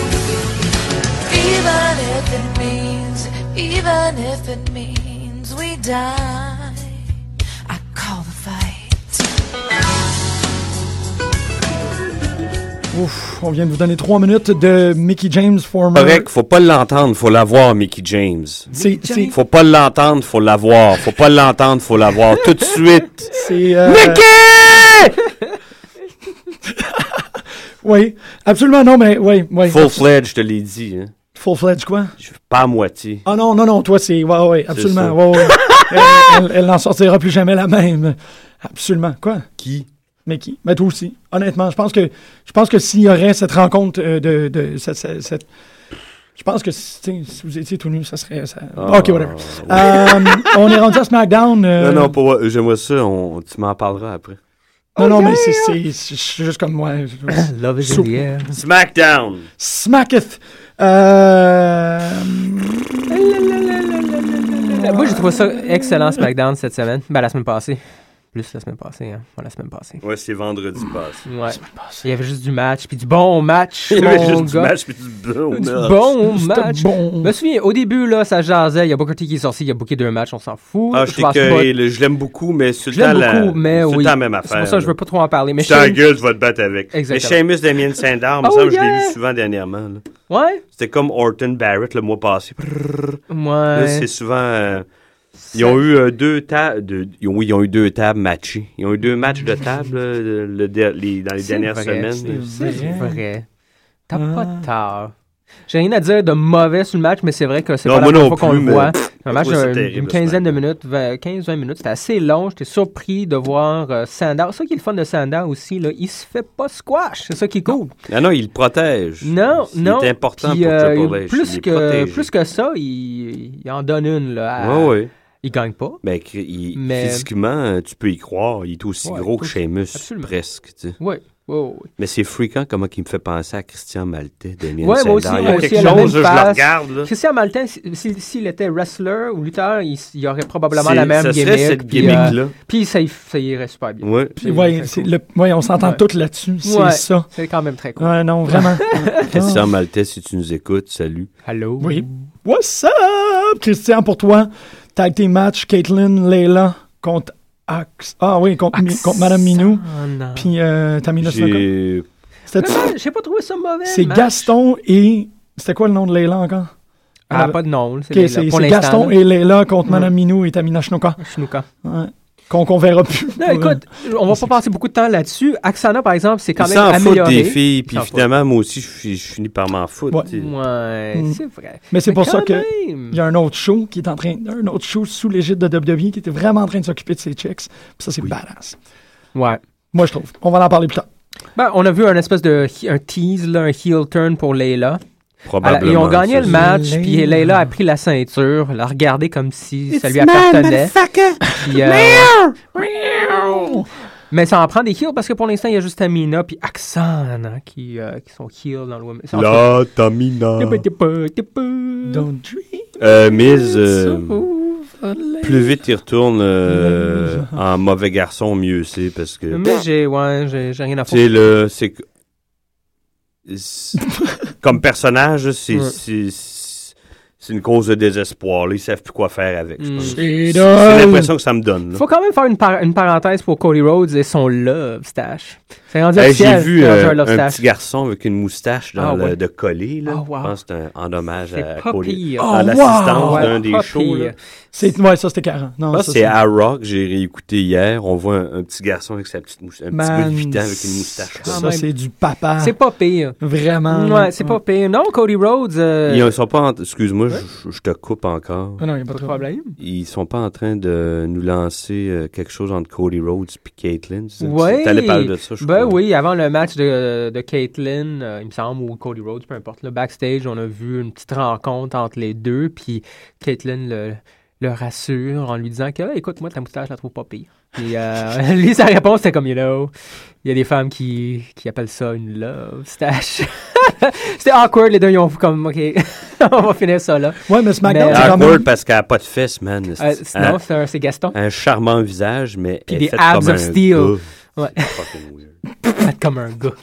S10: Even if it means, even if it means we die, I call the fight.
S4: Ouf, on vient de vous donner trois minutes de Mickey James Former.
S8: Correct, faut pas l'entendre, faut l'avoir, Mickey James.
S4: C'est, c'est,
S8: Faut pas l'entendre, faut l'avoir. Faut pas l'entendre, faut l'avoir. Tout de suite.
S4: c'est, euh,
S8: Mickey!
S4: Oui, absolument, non, mais oui, oui.
S8: Full-fledged, je te l'ai dit. Hein.
S4: Full-fledged, quoi?
S8: Je suis pas à moitié.
S4: Ah non, non, non, toi, c'est. Ouais, ouais, absolument.
S8: ça.
S4: ouais, ouais. elle elle- elle n'en sortira plus jamais la même. Absolument. Quoi?
S8: Qui?
S4: Mais qui? Mais toi aussi. Honnêtement, je pense que je pense que s'il y aurait cette rencontre euh, de. de cette- cette- cette- Je pense que si tu sais, si vous étiez tout nu, ça serait. ça- Ah. ok, whatever. Euh, on est rendu à SmackDown. euh,
S8: Non, non, pas. ouais, J'aimerais ça. on- tu m'en parleras après.
S4: non, non, mais c'est- c'est je suis juste comme moi. je-
S6: Love is in
S4: Soupe.
S6: the air.
S8: SmackDown!
S4: Smacketh. Euh,
S6: Euh, Moi, j'ai trouvé ça excellent, SmackDown, cette semaine. Ben, la semaine passée. Plus la semaine passée, hein. Ouais, la semaine passée.
S8: Ouais, c'est vendredi passé.
S6: Ouais. Il y avait juste du match, puis du bon match,
S8: Il y avait
S6: mon
S8: juste du
S6: gars.
S8: match puis du bon.
S6: Du
S8: match.
S6: bon
S4: c'était
S6: match.
S4: bon.
S6: Je me souviens, au début, là, ça jasait. Il y a Booker T qui est sorti, il a booké deux matchs, on s'en fout.
S8: Ah, je t'ai
S6: pense
S8: écoeuré, là, Je l'aime beaucoup, mais sur le
S6: Je l'aime
S8: temps, la-
S6: beaucoup, mais
S8: sur le
S6: oui.
S8: temps, la même
S6: C'est
S8: affaire.
S6: pour ça que je
S8: là.
S6: veux pas trop en parler. Mais
S8: Je t'engueule,
S6: Shane-
S8: je vais te battre avec.
S6: Exactement.
S8: Mais Seamus Damien Sandown, me
S6: Oh,
S8: semble que je l'ai
S6: yeah!
S8: vu souvent dernièrement. là.
S6: Ouais.
S8: C'était comme Orton Barrett le mois passé. Prrrr. Là,
S6: Ouais.
S8: c'est souvent. euh, ils ont eu euh, deux tables. oui, ils ont eu deux tables matchées. Ils ont eu deux matchs de table là, le- le der- les- dans les
S6: C'est
S8: dernières
S6: vrai,
S8: semaines.
S6: C'est c'est
S4: vrai.
S6: vrai. Ah. T'as pas tard. J'ai rien à dire de mauvais sur le match, mais c'est vrai que c'est
S8: Non,
S6: pas la
S8: moi
S6: première
S8: non
S6: fois qu'on
S8: plus,
S6: le
S8: mais
S6: voit.
S8: pff,
S6: Un match
S8: je trouve ça
S6: d'une
S8: terrible,
S6: une
S8: ce
S6: quinzaine de
S8: match.
S6: minutes, 15-20 minutes, c'était assez long. J'étais surpris de voir euh, Sandow. C'est ça qui est le fun de Sandow aussi, là. il se fait pas squash. C'est ça qui est cool.
S8: Ah non, ils le protègent.
S6: Non,
S8: C'est
S6: non.
S8: important
S6: Puis,
S8: pour
S6: euh,
S8: Triple H.
S6: plus,
S8: Il
S6: que, plus que ça, il, il en donne une. Là, à-
S8: Oui, oui.
S6: Il gagne pas.
S8: Ben, cri- il-
S6: Mais-
S8: Physiquement, euh, tu peux y croire. Il est aussi
S6: Ouais,
S8: gros que
S6: tout-
S8: Sheamus,
S6: absolument.
S8: presque. tu sais.
S6: Oui, oui, oui.
S8: Mais c'est fréquent comment il me fait penser à Christian Maltais, Damien
S6: Ouais, moi
S8: Sandow.
S6: aussi,
S8: il y
S6: moi
S8: a
S6: aussi,
S8: quelque
S6: elle a la
S8: chose, je
S6: même
S8: le
S6: face.
S8: regarde. là.
S6: Christian Maltin, si- si- s'il était wrestler ou lutteur, il, s- il aurait probablement
S8: C'est-
S6: la même
S8: ça serait
S6: gimmick.
S8: cette
S6: puis, euh,
S8: gimmick-là.
S6: Puis ça, y- ça irait super bien.
S8: Ouais.
S4: puis, ouais,
S6: très
S4: c'est
S6: cool.
S4: le- ouais, on s'entend
S6: Ouais.
S4: toutes là-dessus. C'est
S6: Ouais.
S4: ça.
S6: C'est quand même très cool.
S4: Ouais, non, vraiment.
S6: Ah.
S8: Christian Maltais, si tu nous écoutes, salut.
S6: Allô?
S4: Oui. What's up, Christian, pour toi? Tag team match, Caitlyn, Layla contre Ax. Ah oui, contre, Mi- contre Madame Minou.
S6: Ah, non.
S4: Puis euh, Tamina Snuka.
S8: J'ai
S4: C'était-
S6: Vraiment, J'ai pas trouvé ça mauvais.
S4: C'est
S6: man.
S4: Gaston et. C'était quoi le nom de Layla encore?
S6: Elle a Ah, pas de nom. là,
S4: Ok,
S6: C'est les-
S4: c'est
S6: pour
S4: c'est
S6: l'instant,
S4: Gaston
S6: là. Mm.
S4: et Layla contre Madame Minou et Tamina Snuka.
S6: Chinooka.
S4: Ouais. Qu'on qu'on verra plus.
S6: Non, écoute, on va pas passer beaucoup de temps là-dessus. Axana, par exemple, c'est quand
S8: Ils
S6: même
S8: s'en foutent
S6: amélioré.
S8: des filles, puis
S6: S'en foutent.
S8: finalement, moi aussi, je, suis- je finis par m'en foutre.
S4: Ouais.
S8: tu sais.
S6: Ouais,
S4: Mm.
S6: c'est vrai.
S4: Mais c'est pour ça
S6: quand
S4: que-
S6: même.
S4: Il y a un autre show qui est en train. Un autre show sous l'égide de WWE qui était vraiment en train de s'occuper de ses checks. Puis ça, c'est badass.
S6: Ouais.
S4: Moi, je trouve. On va en parler plus tard.
S6: Ben, on a vu un espèce de he- un tease, là, un heel turn pour Layla. Elle a-
S8: Probablement.
S6: Ils ont gagné
S8: ça,
S6: le
S8: c'est-
S6: match,
S4: Layla.
S6: puis Layla a pris la ceinture, l'a regardée comme si ça lui appartenait. Puis, euh, mais ça en prend des heels parce que pour l'instant, il y a juste Amina puis Axana qui, euh, qui sont heels dans le women's.
S8: La Tamina.
S6: Tipa, tipa, tipa.
S4: Don't dream.
S8: Euh, Miz, euh,
S4: so
S8: Plus vite il retourne euh, en mauvais garçon, mieux c'est parce que.
S6: Mais j'ai, ouais, j'ai, j'ai rien à
S8: Tu sais,
S6: foutre.
S8: là, c'est. que- c'est- Comme personnage, c'est.
S6: Ouais.
S8: c'est- C'est c'est une cause de désespoir. Là, ils savent plus quoi faire avec. je
S6: Mm.
S8: pense.
S4: C'est
S8: C'est
S4: drôle.
S8: l'impression que ça me donne. là.
S6: Faut quand même faire une, par- une parenthèse pour Cody Rhodes et son Love Stash. C'est rendu
S8: Hey, J'ai
S6: officiel,
S8: vu
S6: c'est rendu
S8: euh,
S6: un Love
S8: un
S6: Stache.
S8: petit garçon avec une moustache dans
S6: Ah,
S8: le-
S6: ouais.
S8: de collier. Là.
S6: Ah, wow.
S8: Je pense que c'est un- en hommage
S6: C'est
S8: à
S6: pas
S8: Collier.
S6: pire. Oh,
S4: Ah,
S8: euh, À
S4: wow.
S8: l'assistance
S6: Ouais,
S8: d'un des
S6: pas
S8: shows. là.
S6: pire.
S4: C'est- Ouais, ça, c'était 40.
S8: Je
S4: Non,
S8: pense
S4: ça,
S8: que c'est
S4: c'est-
S8: à Rock, j'ai réécouté hier. On voit un, un petit garçon avec sa petite moustache. Un petit
S6: Man,
S8: bout de 8 ans avec une moustache.
S6: quand
S4: ça,
S6: même.
S4: c'est du papa.
S6: C'est pas pire.
S4: Vraiment.
S6: ouais, c'est pas pire. Non, Cody Rhodes, euh,
S8: Ils ne sont pas en- Excuse-moi, je, je te coupe encore.
S4: Ah non, il n'y a
S6: pas
S4: pas
S6: de
S4: de problème.
S6: problème.
S8: Ils sont pas en train de nous lancer euh, quelque chose entre Cody Rhodes et Caitlyn. c'est-
S6: Ouais.
S8: T'allais parler de ça, je
S6: Ben
S8: crois.
S6: oui, avant le match de, de Caitlyn, euh, il me semble, ou Cody Rhodes, peu importe, le backstage, on a vu une petite rencontre entre les deux, puis Caitlyn le, le rassure en lui disant que, Hey, écoute, moi, ta moustache, je la trouve pas pire. Puis euh, lui, sa réponse, c'était comme, you know, il y a des femmes qui, qui appellent ça une love stash. c'était awkward, les deux, ils ont comme, OK, on va finir ça là.
S4: Ouais, mais SmackDown,
S6: Mais-
S4: c'est quand
S8: Awkward
S4: même.
S8: parce qu'elle a pas de fesses, man.
S6: Euh,
S8: C'est-
S6: sinon, c'est un- c'est Gaston.
S8: un, un charmant visage, mais.
S6: Puis
S8: elle
S6: des
S8: est faite
S6: abs
S8: comme
S6: of
S8: un
S6: steel.
S8: gars.
S6: Ouais.
S8: C'est fucking weird.
S6: comme un gars.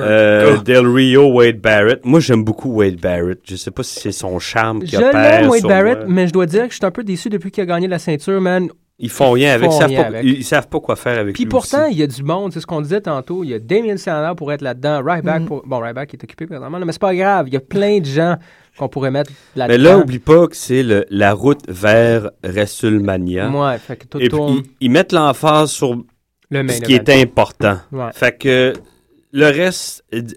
S8: Euh, Del Rio, Wade Barrett. Moi, j'aime beaucoup Wade Barrett. Je sais pas si c'est son charme qui
S6: Je
S8: opère.
S6: l'aime, Wade
S8: sur
S6: Barrett,
S8: moi.
S6: mais je dois dire que je suis un peu déçu depuis qu'il a gagné la ceinture, man.
S8: Ils font rien avec.
S6: font
S8: Ils savent,
S6: rien
S8: pas,
S6: avec.
S8: ils savent pas quoi faire avec
S6: Puis
S8: lui
S6: pourtant,
S8: aussi.
S6: il y a du monde, c'est ce qu'on disait tantôt. Il y a Damien Sandler pour être là-dedans,
S4: Mhm.
S6: Ryback pour. Bon, Ryback est occupé présentement, là, mais c'est pas grave. Il y a plein de gens qu'on pourrait mettre là-dedans.
S8: Mais là, oublie pas que c'est le- la route vers WrestleMania.
S6: Ouais, fait que tout
S8: Et puis,
S6: tourne
S8: ils, ils mettent l'emphase sur
S6: le main
S8: ce qui est
S6: event.
S8: important.
S6: Ouais.
S8: Fait que le reste, d-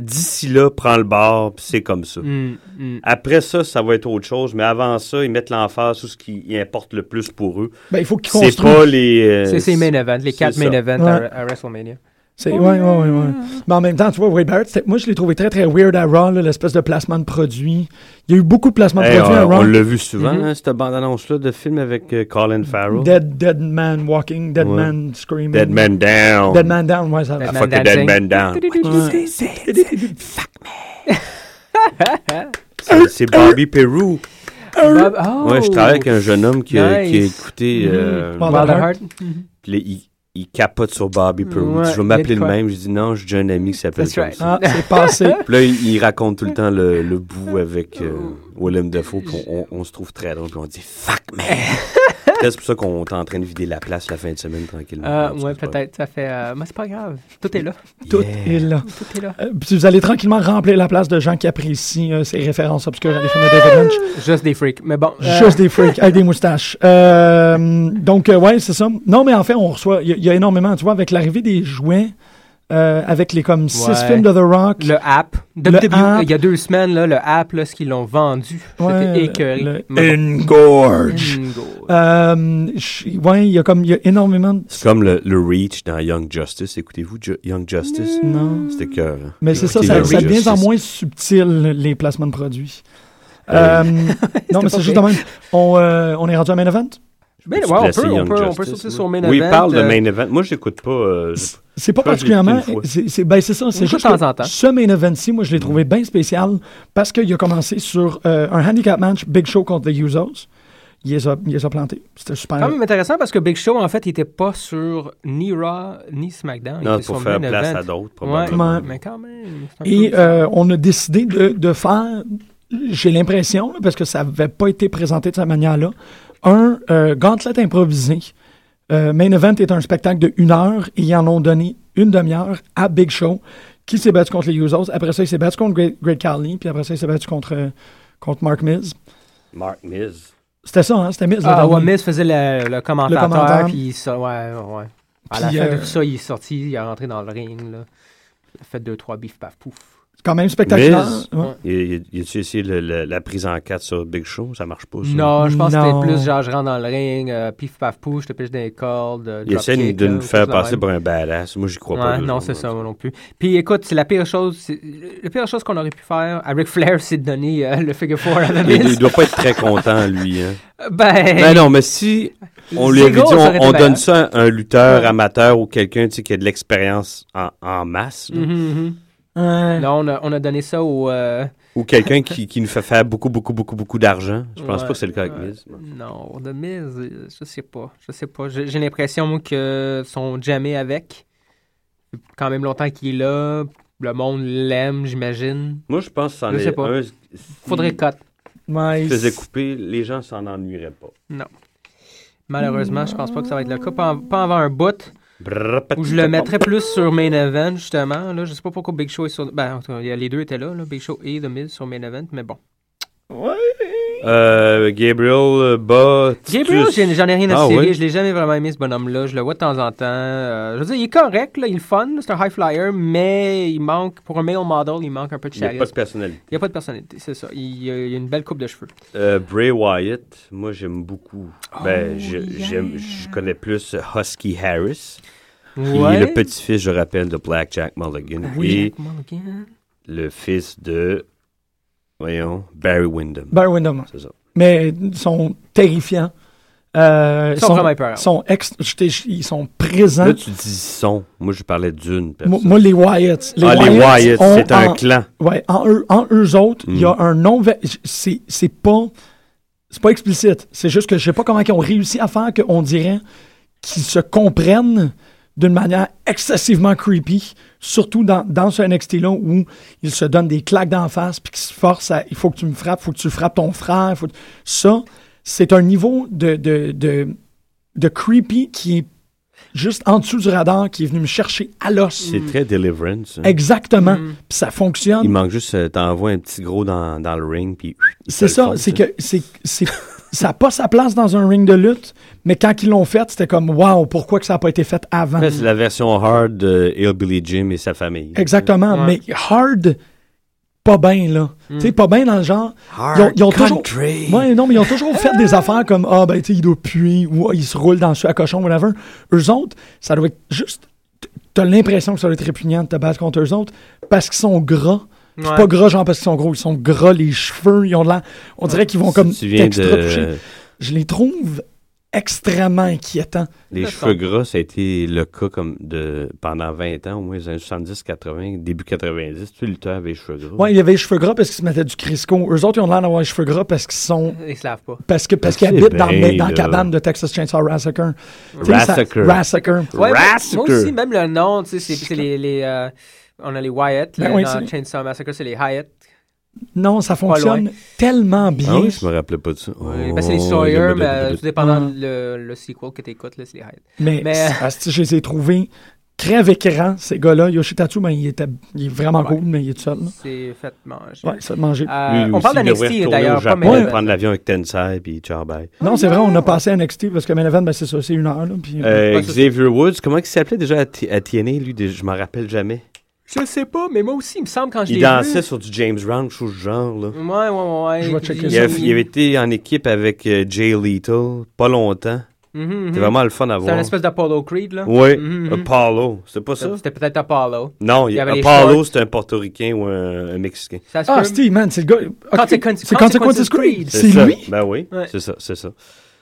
S8: d'ici là, prend le bord, puis c'est comme ça.
S6: Mm, mm.
S8: Après ça, ça va être autre chose, mais avant ça, ils mettent l'emphase sur ce qui importe le plus pour eux.
S4: Ben, il faut qu'ils
S8: C'est
S4: construisent.
S8: pas les. euh,
S6: C'est ces main events, les
S8: c'est
S6: quatre
S8: ça.
S6: main events à-
S4: Ouais.
S6: à, WrestleMania.
S4: C'est
S6: Oh,
S4: ouais, ouais, ouais, ouais. Mais en même temps, tu vois, Wade Barrett, c'était- moi, je l'ai trouvé très, très weird à Raw, là, l'espèce de placement de produits. Il y a eu beaucoup de placements
S8: Hey,
S4: de produits à
S8: on on
S4: Raw.
S8: l'a vu souvent,
S6: Mhm.
S8: hein, cette bande-annonce-là de film avec euh, Colin Farrell.
S4: Dead, dead man walking, dead
S8: Ouais.
S4: man screaming.
S8: Dead Man Down.
S4: Dead man down, ouais, ça
S6: Dead
S8: I
S6: Man
S8: fucking
S6: Dancing.
S8: Dead Man Down.
S4: Ouais.
S8: C'est- C'est Bobby Peru.
S6: Bob- oh!
S8: Ouais, je travaille avec un jeune homme qui a, qui a
S6: Nice. Mm-hmm.
S8: écouté. euh,
S4: Bon,
S6: Wild
S4: Wild
S6: Heart.
S8: Puis là, il, il capote sur Bobby Peru.
S6: Ouais,
S8: je vais
S6: il y a
S8: m'appeler
S6: de
S8: le
S6: quoi.
S8: même. Je dis non, j'ai un ami qui s'appelle
S6: That's
S8: comme
S6: right.
S8: ça.
S4: Ah, c'est passé.
S8: Puis là, il, il raconte tout le temps le, le bout avec euh,
S4: Oh.
S8: Willem Dafoe. Puis on, on- on se trouve très drôle. Puis on dit fuck man. Peut-être C'est pour ça qu'on est en train de vider la place la fin de semaine tranquillement.
S6: Euh,
S8: En tout cas,
S6: ouais,
S8: c'est pas-
S6: peut-être. Ça fait. euh, mais c'est pas grave. Tout est là.
S4: Ah, Tout
S8: Yeah.
S4: est là.
S6: Tout est là.
S4: Euh, puis vous allez tranquillement remplir la place de gens qui apprécient euh, ces références obscures à des films de David Lynch.
S6: Ah! Juste des freaks. Mais bon. euh,
S4: Juste des freaks avec des moustaches. Euh, donc, euh, ouais, c'est ça. Non, mais en fait, on reçoit. Il y, a- il y a énormément, tu vois, avec l'arrivée des jouets, euh, avec les comme six
S6: Ouais.
S4: films de The Rock.
S6: Le app.
S4: Le
S6: WWE,
S4: app.
S6: il y a deux semaines, là, le app, là, ce qu'ils l'ont vendu.
S4: Ouais,
S6: C'était
S4: le-
S6: écœuré.
S4: le-
S6: Mais bon.
S1: Engorge.
S6: Bingo.
S4: Euh, je- ouais, il y a comme. Il y a énormément de.
S8: C'est comme le, le Reach dans Young Justice. Écoutez-vous, Ju- Young Justice?
S4: Mm. Non.
S8: C'était cœur. hein.
S4: Mais c'est ça,
S8: Écoutez,
S4: ça,
S8: Young
S4: ça devient
S8: Justice.
S4: en moins subtil, les placements de produits.
S8: Euh,
S4: Euh, non, mais
S6: pas
S4: c'est juste
S6: pire.
S4: de même. On, euh, on est rendu à Main Event.
S6: Mais
S8: Tu
S6: Ben, ouais, on
S8: places
S6: peut, on
S8: Young
S6: peut, on
S8: Justice,
S6: peut sauter
S8: oui.
S6: sur Main Event.
S8: Oui, parle de
S6: euh,
S8: Main Event. Moi, j'écoute pas. euh, je-
S4: C'est pas
S8: Je pense que je l'ai
S4: particulièrement.
S8: écouté une fois.
S4: c'est- c'est- ben, c'est ça.
S6: Une
S4: C'est juste
S6: fois de temps
S4: que
S6: en temps.
S4: Ce main event-ci, moi, je l'ai trouvé bien spécial parce qu'il a commencé sur euh, un handicap match Big Show contre The Usos. Il les a, il les a plantés. C'était super.
S6: Quand même intéressant parce que Big Show, en fait, il était pas sur ni Raw ni SmackDown. il
S8: Non,
S6: était
S8: pour
S6: sur
S8: faire
S6: Main
S8: place
S6: Event.
S8: à d'autres,
S6: Ouais,
S8: probablement.
S6: mais quand même. c'est un
S4: Et
S6: peu-
S4: euh, on a décidé de, de faire, j'ai l'impression, là, parce que ça n'avait pas été présenté de cette manière-là, un euh, gauntlet improvisé. Euh, Main Event est un spectacle de une heure et ils en ont donné une demi-heure à Big Show, qui s'est battu contre les Usos. Après ça, il s'est battu contre Great, Great Carly, puis après ça, il s'est battu contre, euh, contre Mark Miz.
S8: Mark Miz.
S4: C'était ça, hein? C'était Miz. le
S6: Ah,
S4: dernier.
S6: ouais, Miz faisait le, le commentateur,
S4: commentateur.
S6: puis il sort- ouais, ouais. À la
S4: Puis,
S6: fin de
S4: euh,
S6: tout ça, il est sorti, il est rentré dans le ring, là. Il a fait deux, trois bif, paf, pouf.
S4: C'est quand même spectaculaire. hein?
S8: Miz.
S4: Ouais.
S8: Y y a-tu essayé le- le- la prise en 4 sur Big Show? Ça marche pas, ça?
S6: Non, je pense que
S4: Non.
S6: c'était plus genre, je rentre dans le ring, euh, pif, paf, pouf, je te piche des cordes. euh,
S8: Il essaie
S6: dropkick,
S8: de
S6: là,
S8: nous
S6: ou
S8: faire
S6: quelque chose de
S8: passer
S6: même.
S8: pour un badass. Moi, j'y crois
S6: Ouais,
S8: pas. deux
S6: non,
S8: secondes,
S6: c'est ça,
S8: là.
S6: moi non plus. Puis écoute, c'est la pire chose. c'est- La pire chose qu'on aurait pu faire à Ric Flair, c'est de donner euh, le figure four à la
S8: Il, il
S6: Miz.
S8: doit pas être très content, lui. Hein.
S6: Ben,
S8: Ben non, mais si on lui avait dit,
S6: Ziggler, ça aurait
S8: on,
S6: été
S8: on
S6: malade.
S8: donne ça à un lutteur
S6: Ouais.
S8: amateur ou quelqu'un tu sais, qui a de l'expérience en, en masse, là.
S6: Mhm, mhm.
S4: Ouais.
S6: Là, on a, on a donné ça au. euh,
S8: Ou quelqu'un qui, qui nous fait faire beaucoup, beaucoup, beaucoup, beaucoup d'argent. Je pense
S6: Ouais,
S8: pas que c'est le cas avec
S6: ouais.
S8: Miz.
S6: Non, de Miz, euh, je sais pas. Je sais pas. J'ai j'ai l'impression, moi, que sont jamais avec. Quand même longtemps qu'il est là. Le monde l'aime, j'imagine.
S8: Moi, je pense que c'en
S6: Je sais
S8: est
S6: pas.
S8: un. s-
S6: Faudrait
S8: s'il
S6: cut.
S4: Mais
S8: se faisait couper, les gens s'en ennuieraient pas.
S6: Malheureusement, je pense pas que ça va être le cas. Pas, en- pas avant un bout.
S8: Brrr,
S6: Où je
S8: petit
S6: le
S8: pom.
S6: mettrais plus sur Main Event, justement. Là, je sais pas pourquoi Big Show est sur. Ben, en tout cas, il y a- les deux étaient là, là, Big Show et The Miz sur Main Event, mais bon.
S8: Euh, Gabriel bat.
S6: Gabriel, j'en j'en ai rien à
S8: Ah
S6: cirer.
S8: oui?
S6: Je l'ai jamais vraiment aimé, ce bonhomme-là. Je le vois de temps en temps. Euh, je veux dire, il est correct, là, il est le fun, c'est un high flyer, mais il manque, pour un male model, il manque un peu de
S8: Il n'y a
S6: chariot.
S8: pas de personnalité.
S6: Il n'y a pas de personnalité, c'est ça. Il, y a il y a une belle coupe de cheveux.
S8: Euh, Bray Wyatt, moi j'aime beaucoup. ben, je, j'aime, je connais plus Husky Harris, qui est le petit-fils, je rappelle, de Black Jack Mulligan
S6: Ah Oui.
S8: et le fils de, voyons, Barry Windham.
S4: Barry Windham.
S8: C'est ça.
S4: Mais ils sont terrifiants. Euh,
S6: Ils sont vraiment épeurants.
S4: sont ex- je t'ai- ils sont présents.
S8: Là, tu dis son. Moi, je parlais d'une
S4: Moi,
S8: personne.
S4: moi, les Wyatts. Les
S8: ah, les Wyatt,
S4: ont
S8: c'est un
S4: en-
S8: clan.
S6: Hmm.
S4: Ouais, en eux, en eux autres, il y a
S8: Mm.
S4: un non ve- c'est c'est pas c'est pas explicite, c'est juste que je sais pas comment ils ont réussi à faire qu'on dirait qu'ils se comprennent d'une manière excessivement creepy, surtout dans, dans ce NXT là où ils se donnent des claques d'en face puis qu'ils se forcent à il faut que tu me frappes, faut que tu frappes ton frère, faut que- ça c'est un niveau de de, de de creepy qui est juste en dessous du radar qui est venu me chercher à l'os.
S8: C'est très Deliverance. hein.
S4: Exactement. Puis ça fonctionne.
S8: Il manque juste, euh, t'envoies un petit gros dans, dans le ring, puis... il
S4: C'est
S8: te le
S4: ça,
S8: font,
S4: c'est que c'est c'est- ça n'a pas sa place dans un ring de lutte, mais quand ils l'ont fait, c'était comme waouh, pourquoi que ça n'a pas été fait avant
S8: Après, c'est la version hard de Hillbilly Jim et sa famille.
S4: Exactement,
S6: Ouais.
S4: mais hard pas bien là. Tu sais pas bien dans le genre ils ont, ils ont toujours Ouais, non, mais ils ont toujours fait des affaires comme ah ben tu sais il doit puer ou Ah, il se roule dans le à cochon whatever. Eux autres, ça doit être juste t'as l'impression que ça doit être répugnant de te battre contre eux autres parce qu'ils sont gras. Puis
S6: Ouais.
S4: Pas gras genre parce qu'ils sont gros, ils sont gras les cheveux, ils ont de la on dirait qu'ils vont
S8: Si
S4: comme
S8: tu viens
S4: extra touchés.
S8: de...
S4: je les trouve extrêmement inquiétants.
S8: Les
S6: D'accord.
S8: cheveux gras, ça a été le cas comme de pendant 20 ans, au moins les années 70, 80, début 90. Tu lutteur avec les cheveux gras.
S4: Ouais, il y avait les cheveux gras parce qu'ils se mettaient du Crisco. Eux autres, ils ont l'air d'avoir les cheveux gras parce qu'ils sont
S6: Ils se lavent pas.
S4: parce que parce
S8: Ben,
S4: qu'ils
S8: c'est
S4: habitent dans,
S8: bien,
S4: dans la
S8: là.
S4: cabane de Texas Chainsaw Massacre. Tu sais, ça-
S8: Rassacre.
S4: Rassacre.
S6: Ouais, mais
S8: Rassacre.
S6: moi aussi, même le nom, tu sais, c'est- c'est les. les, euh, on a les Wyatt, là,
S4: Ben oui,
S6: dans
S4: c'est-
S6: Chainsaw Massacre, c'est les Hyatt.
S4: Non, ça fonctionne
S6: loin.
S4: tellement bien.
S8: Ah oui, je me rappelais pas de ça.
S6: Oui,
S8: Oh,
S6: ben, c'est les Sawyer,
S8: blablabla.
S6: mais euh, tout dépendant
S4: Ah.
S6: le, le sequel que t'écoutes, là, c'est les Hyatt.
S4: Mais,
S6: Mais-
S4: asti, je les ai trouvés crève écran, ces gars-là. Yoshitatsu, ben, il, était, il est vraiment
S6: Ouais.
S4: cool, mais il est tout seul. là.
S6: C'est fait manger.
S4: Ouais, ça de manger.
S6: Euh,
S8: Lui
S6: on
S8: aussi,
S6: parle
S8: il devrait
S6: d'NXT
S8: retourner
S6: d'ailleurs,
S8: au
S6: pas
S8: Japon,
S6: Main Event.
S8: prendre l'avion avec Tensai puis ciao bye.
S6: Oh,
S4: non, c'est vrai, on a passé à NXT parce que Main Event, ben, c'est ça, c'est une heure. là, puis-
S8: Euh,
S6: Ouais, ça, c'est-
S8: Xavier Woods, comment il s'appelait déjà à, T- à TNA, lui, des- je m'en rappelle jamais.
S6: Je sais pas, mais moi aussi, il me semble quand je
S8: Il
S6: l'ai vu.
S8: dansait sur du James Brown, chose du genre, là.
S6: Ouais, ouais, ouais. ouais.
S4: Je vais
S6: Puis
S4: checker
S6: il-
S8: Il,
S4: ça.
S8: avait- il avait été en équipe avec euh, Jay Lethal, pas longtemps.
S6: Mhm, mhm.
S8: C'était vraiment le fun à
S6: C'était un
S8: voir.
S6: espèce d'Apollo Creed, là.
S8: Oui,
S6: Mhm, mhm.
S8: Apollo, c'est pas ça?
S6: C'était peut-être Apollo.
S8: Non,
S6: Il y avait les
S8: Apollo,
S6: shorts.
S8: c'était un portoricain ou un, un mexicain.
S6: Ça se
S4: Ah,
S6: peut.
S4: Steve, man, c'est le gars.
S6: Quand c'est Conse-
S4: c'est
S6: Consequences
S4: Consequences
S6: Creed.
S4: Creed.
S8: C'est
S4: C'est
S8: ça.
S4: lui.
S8: Ben oui,
S6: Ouais.
S8: c'est ça, c'est ça.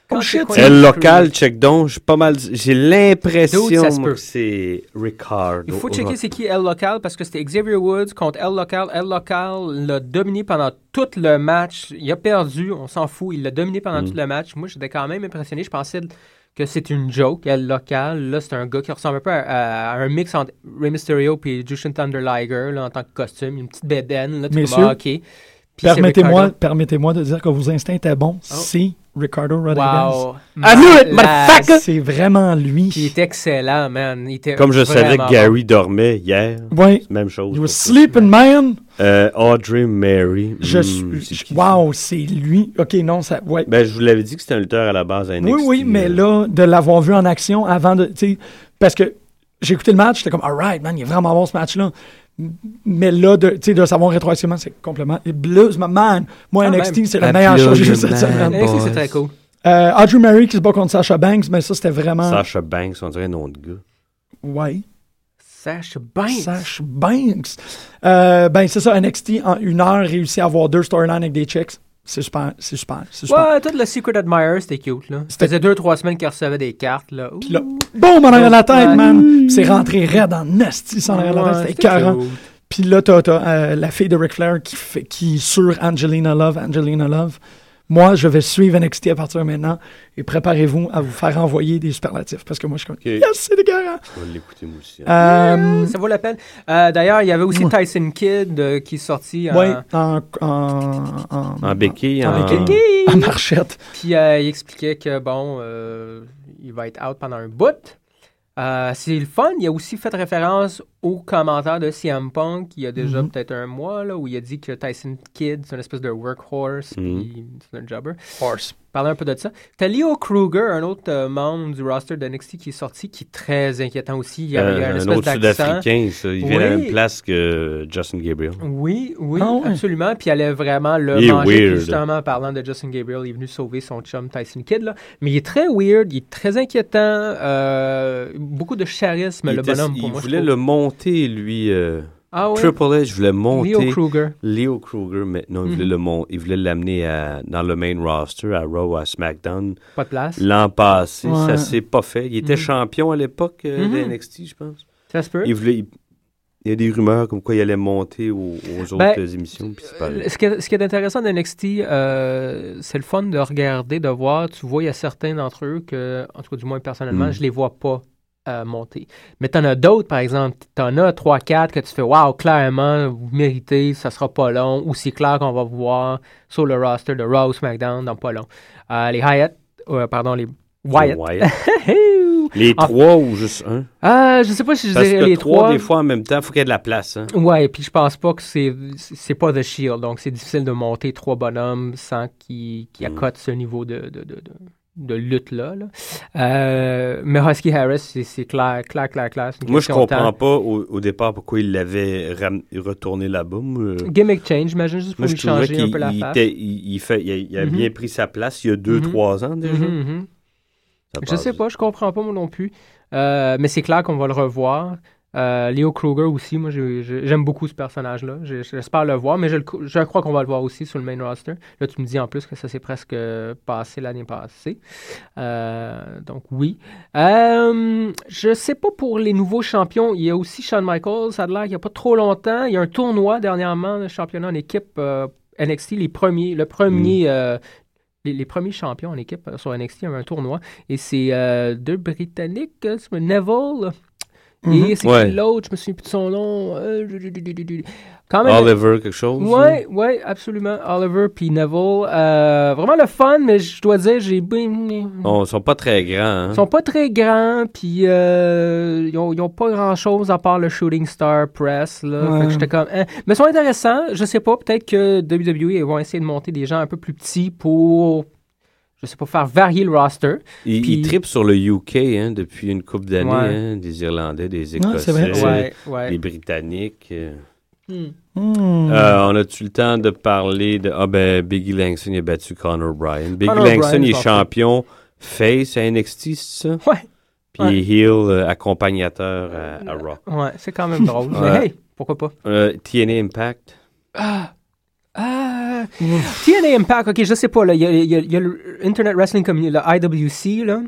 S6: Quand
S4: Oh,
S6: c'est
S4: shit.
S6: Consequences
S8: Elle local,
S6: Creed.
S8: check donc, j'ai pas mal, j'ai l'impression
S6: Dude, ça se peut.
S8: que c'est Ricardo.
S6: Il faut checker c'est qui L local parce que c'était Xavier Woods contre L local. L local l'a dominé pendant tout le match. Il a perdu, on s'en fout. Il l'a dominé
S4: Mm.
S6: pendant tout le match. Moi, j'étais quand même impressionné. Je pensais que c'est une joke, L local. Là, c'est un gars qui ressemble un peu à, à- à un mix entre Rey Mysterio et Jushin Thunder Liger là, en tant que costume. Une petite bédaine. Là, tu
S4: Messieurs,
S6: comme, ah, ok. Puis c'est
S4: Permettez-moi
S6: Ricardo.
S4: permettez de dire que vos instincts étaient bons. C'est Ricardo Rodriguez.
S6: Oh, Wow.
S8: I knew it,
S6: Malade.
S8: motherfucker!
S4: Mm. Ah, C'est vraiment
S6: Puis il
S4: lui.
S6: était excellent, man. Il était
S8: Comme je savais
S6: vraiment
S8: que Gary dormait hier,
S4: Ouais.
S8: même chose.
S4: You were
S8: pour ça.
S4: sleeping, man.
S8: Euh, Audrey Mary.
S4: Je
S8: hmm,
S4: suis.
S8: c'est
S4: je-
S8: qui, ça?
S4: Wow, c'est lui. Ok, non, ça. Ouais.
S8: Ben, je vous l'avais dit que c'était un euh, lutteur à la base à NXT,
S4: oui, oui, mais là, de l'avoir vu en action avant de. Tu sais, parce que j'ai écouté le match, j'étais comme, alright, man, il est vraiment bon ce match-là. M- Mais là, de, tu sais, de savoir rétroactivement, c'est complètement. Blues, my man. Moi,
S6: Ah,
S4: NXT,
S6: même.
S4: c'est la meilleure chose que j'ai
S8: Applaudissements.
S4: eu cette semaine.
S6: Eh, c'est- C'est
S8: Boys.
S6: très cool.
S4: Euh, Audrey Mary qui se bat contre Sasha Banks, mais ça, c'était vraiment.
S6: Ah.
S8: Sasha Banks, on dirait un nom de gars.
S4: Ouais.
S6: Sash Banks.
S4: Sash Banks. Euh, ben, c'est ça, NXT, en une heure, réussi à avoir deux storylines avec des chicks. C'est super, c'est super, c'est super.
S6: Ouais, tout le Secret Admirer, c'était cute, là. Ça
S4: C'était-
S6: faisait deux, trois semaines qu'il recevait des cartes, là. Ouh.
S4: Puis là, boum, en arrière de la tête,
S6: Ouais.
S4: man! Puis C'est rentré raide en nasty, ça, en arrière de la
S6: Ouais,
S4: tête. C'était
S6: c'était
S4: écœurant.
S6: cute.
S4: Puis Puis là, t'as, t'as, euh, la fille de Ric Flair qui, fait, qui sur Angelina Love, Angelina Love. Moi, je vais suivre NXT à partir de maintenant et préparez-vous à vous faire envoyer des superlatifs parce que moi, je suis comme
S8: Ok.
S4: Yes, c'est dégueulasse!
S8: On va l'écouter, moi aussi. hein.
S4: Euh,
S6: Ça vaut la peine. Euh, D'ailleurs, il y avait aussi Tyson Kidd euh, qui est sorti. en-
S4: ouais, en, en, en-
S6: Ah.
S8: en béquille,
S4: en
S8: en, euh,
S4: béquille. en marchette.
S6: Puis euh, il expliquait que, bon, euh, il va être out pendant un bout. Euh, c'est le fun. Il a aussi fait référence aux commentaires de CM Punk il y a déjà
S4: Mhm.
S6: peut-être un mois, là, où il a dit que Tyson Kidd, c'est une espèce de workhorse,
S8: Mhm.
S6: puis c'est un jobber. Horse. Parlez un peu de ça. T'as Leo Kruger, un autre euh, membre du roster de NXT qui est sorti, qui est très inquiétant aussi. Il y a, il y a
S8: Euh,
S6: une
S8: un
S6: espèce
S8: autre
S6: d'accent.
S8: Sud-Africain, ça. Il vient de la
S6: Oui.
S8: même place que Justin Gabriel.
S6: Oui, oui,
S4: Ah ouais.
S6: absolument. Puis elle allait vraiment le
S8: Il est
S6: manger. Puis
S8: weird.
S6: Justement, en parlant de Justin Gabriel, il est venu sauver son chum Tyson Kidd. Là. Mais il est très weird, il est très inquiétant. euh, beaucoup de charisme,
S8: il
S6: le
S8: était-
S6: bonhomme,
S8: il
S6: pour moi. je
S8: voulait
S6: trouve.
S8: le monter, lui. euh,
S6: Ah ouais,
S8: Triple H voulait monter.
S6: Leo Mhm. Kruger.
S8: Leo Kruger, maintenant, il voulait le mon- il voulait l'amener à- dans le main roster, à Raw, à SmackDown.
S6: Pas de place.
S8: L'an passé,
S4: Ouais.
S8: ça s'est pas fait. Il était
S6: Mhm.
S8: champion à l'époque euh,
S6: Mhm.
S8: de NXT, je pense.
S6: Ça se peut.
S8: Il voulait. Il, il y a des rumeurs comme quoi il allait monter aux, aux
S6: Ben,
S8: autres émissions. Puis c'est pas
S6: Euh, Ce qui, est, ce qui est intéressant de NXT, euh, c'est le fun de regarder, de voir. Tu vois, il y a certains d'entre eux que, en tout cas, du moins personnellement,
S8: Mm.
S6: je les vois pas euh, monter. Mais t'en as d'autres, par exemple. T'en as 3-4 que tu fais, waouh, clairement, vous méritez, ça sera pas long. Ou c'est clair qu'on va vous voir sur le roster de Raw ou SmackDown dans pas long. Euh, les Hyatt, euh, pardon, les Wyatt.
S8: Les
S6: Ah.
S8: trois ou juste un?
S6: Ah, je sais pas si je
S8: Parce
S6: dirais
S8: que
S6: les
S8: trois,
S6: trois.
S8: des fois, en même temps, il faut qu'il y ait de la place. Hein.
S6: Ouais, puis je pense pas que c'est c'est pas The Shield, donc c'est difficile de monter trois bonhommes sans qu'ils qu'ils
S8: Mm.
S6: accotent ce niveau de, de, de, de, de lutte-là. là. Euh, mais Husky Harris, c'est- c'est clair, clair, clair, clair. c'est une
S8: Moi, je
S6: question de temps.
S8: comprends pas au, au départ pourquoi il l'avait ram- retourné là-bas. Moi,
S6: Gimmick change, j'imagine, juste pour
S8: Moi, je
S6: lui
S8: trouvais
S6: changer un
S8: qu'il
S6: peu la
S8: il
S6: face.
S8: était- il- il fait- il a, il a
S6: Mhm.
S8: bien pris sa place il y a deux,
S6: Mhm.
S8: trois ans déjà.
S6: Mhm, mhm.
S8: Ça
S6: Je
S8: passe
S6: sais
S8: vite.
S6: pas, je comprends pas moi non plus. Euh, mais c'est clair qu'on va le revoir. Euh, Leo Kruger aussi, moi j'ai- j'ai- j'aime beaucoup ce personnage-là. J'ai- J'espère le voir, mais je, le cou- je crois qu'on va le voir aussi sur le main roster. Là, tu me dis en plus que ça s'est presque passé l'année passée. Euh, donc oui. Euh, je sais pas pour les nouveaux champions. Il y a aussi Shawn Michaels, ça a l'air, il y a pas trop longtemps. Il y a un tournoi dernièrement, le championnat en équipe euh, NXT, les premiers, le
S8: Mm.
S6: premier, euh, les, les premiers champions en équipe euh, sur NXT, il y avait un tournoi. Et c'est euh, deux Britanniques, euh, c'est Neville. Et c'est qui
S8: Mm-hmm. Ouais.
S6: l'autre, je me souviens plus de son nom. Euh, Quand même,
S8: Oliver, quelque chose.
S6: Ah, Ouais, ouais, absolument. Oliver puis Neville. Euh, vraiment le fun, mais je dois dire, j'ai.
S8: là. On- hein? ils sont pas très grands. hein.
S6: Ils sont pas très grands, puis euh, ils, ont, ils ont pas grand chose à part le Shooting Star Press. Là.
S4: Ouais.
S6: Fait que j'étais comme. hein. Mais ils sont intéressants. Je sais pas, peut-être que WWE ils vont essayer de monter des gens un peu plus petits pour. Je sais pas, faire varier le roster.
S8: Ils, ils
S6: puis-
S8: tripent sur le UK hein, depuis une couple d'années.
S6: Ouais.
S8: hein, des Irlandais, des
S4: Ouais, c'est vrai.
S8: Écossais,
S6: Ouais, ouais.
S8: des Britanniques. euh.
S6: Hmm.
S4: Hmm.
S8: Euh, on a-tu le temps de parler de... Ah ben, Biggie Langston il a battu Conor Bryan. Biggie
S6: Conor
S8: Langston
S6: Bryan,
S8: il
S6: je
S8: est
S6: pense.
S8: champion face à NXT, c'est ça?
S6: Ouais.
S8: Puis
S6: Ouais.
S8: il est heel euh, accompagnateur à, à Raw.
S6: Ouais, c'est quand même drôle. Mais
S8: Ouais.
S6: hey, pourquoi pas?
S8: Euh, TNA Impact.
S6: Ah, TNA Impact, ok, je sais pas, là, il y a, il y a- il y a le Internet Wrestling Community, le IWC, là,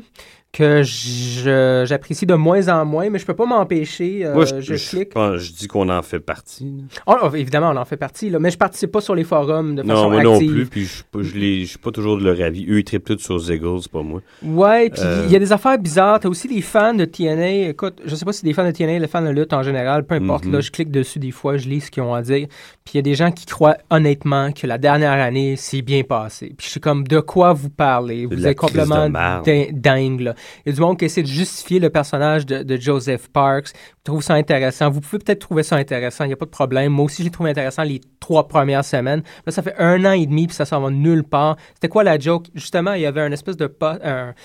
S6: que je- j'apprécie de moins en moins, mais je peux pas m'empêcher. euh,
S8: Moi,
S6: je, clique.
S8: pense- je dis qu'on en fait partie. là.
S6: Oh, oh, évidemment, on en fait partie, là, mais je participe pas sur les forums de
S8: Non,
S6: façon
S8: moi non
S6: active.
S8: plus, puis je suis pas- je les- je suis pas toujours de leur avis. Eux, ils trippent tous sur Ziggles, c'est pas moi.
S6: Ouais, puis il
S8: Euh.
S6: y a des affaires bizarres. T'as aussi des fans de TNA. Écoute, je sais pas si des fans de TNA, les fans de lutte en général, peu importe.
S8: Mhm.
S6: Là, je clique dessus des fois, je lis ce qu'ils ont à dire. Puis il y a des gens qui croient honnêtement que la dernière année s'est bien passée. Puis je suis comme, de quoi vous parlez
S8: de
S6: Vous
S8: la
S6: êtes complètement
S8: crise de marde.
S6: din- dingue. là. Il y a du monde qui essaie de justifier le personnage de, de Joseph Parks. Vous trouvez ça intéressant. Vous pouvez peut-être trouver ça intéressant. Il n'y a pas de problème. Moi aussi, je l'ai trouvé intéressant les trois premières semaines. Là, ça fait un an et demi, puis ça s'en va nulle part. C'était quoi la joke? Justement, il y avait un espèce de... po- un-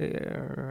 S6: euh,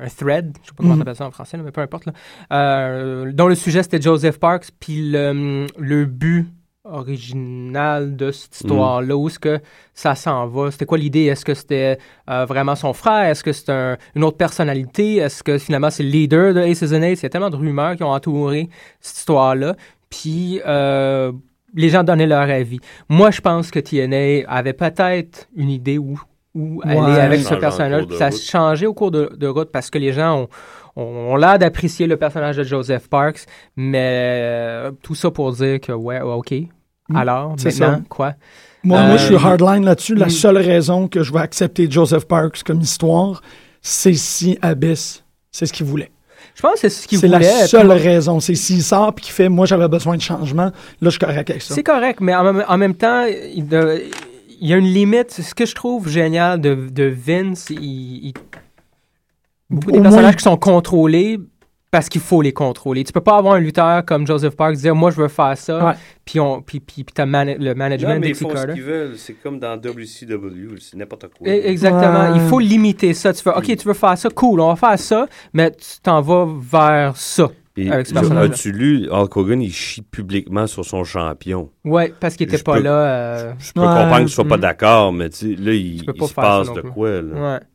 S6: un thread, je sais pas comment on appelle ça en français, là, mais peu importe, là, euh, dont le sujet c'était Joseph Parks, puis le, le but original de cette histoire-là, où est-ce que ça s'en va? C'était quoi l'idée? Est-ce que c'était euh, vraiment son frère? Est-ce que c'est un- une autre personnalité? Est-ce que finalement c'est le leader de Aces and Aces? Il y a tellement de rumeurs qui ont entouré cette histoire-là. Puis euh, les gens donnaient leur avis. Moi, je pense que TNA avait peut-être une idée où, où
S4: Ouais.
S6: aller avec
S8: Changer
S6: ce
S8: en
S6: personnage.
S8: cours de
S6: Ça a
S8: route.
S6: changé au cours de, de route parce que les gens ont, on, on a l'air d'apprécier le personnage de Joseph Parks, mais euh, tout ça pour dire que, ouais, ouais, OK. Alors,
S4: Mm. c'est
S6: maintenant,
S4: ça.
S6: quoi?
S4: Moi, moi, je suis
S6: Euh,
S4: hardline là-dessus. La
S6: mm.
S4: seule raison que je vais accepter Joseph Parks comme histoire, c'est si Abyss, c'est ce qu'il voulait.
S6: Je pense que c'est ce qu'il
S4: C'est
S6: voulait.
S4: la seule raison. C'est s'il sort puis qu'il fait, moi, j'avais besoin de changement, là, je suis correct avec ça.
S6: C'est correct, mais en même, en même temps, il, de- il y a une limite. Ce que je trouve génial de, de Vince, il, il- beaucoup des
S4: Au
S6: personnages
S4: moins-
S6: qui sont contrôlés parce qu'il faut les contrôler. Tu peux pas avoir un lutteur comme Joseph Parks dire moi je veux faire ça,
S4: Ouais.
S6: puis on puis puis, puis t'as mana- le management
S8: Non, mais
S6: de
S8: ils
S6: Dixie
S8: font ce
S6: Carter.
S8: qu'ils veulent. C'est comme dans WCW, c'est n'importe quoi.
S6: E- Exactement.
S4: Ouais.
S6: Il faut limiter ça. Tu fais, OK, tu veux faire ça, cool, on va faire ça, mais tu t'en vas vers ça.
S8: Puis,
S6: Avec ce personnage-là.
S8: as-tu lu, Hulk Hogan, il chie publiquement sur son champion.
S6: Ouais, parce qu'il était
S8: Je
S6: pas
S8: peux-
S6: là. euh,
S8: Je peux
S4: Ouais.
S8: comprendre qu'il soit pas
S6: Mhm.
S8: d'accord, mais tu sais, là, il,
S6: peux
S8: il
S6: pas
S8: se
S6: faire ça
S8: passe
S6: non
S8: de
S6: plus.
S8: quoi, là.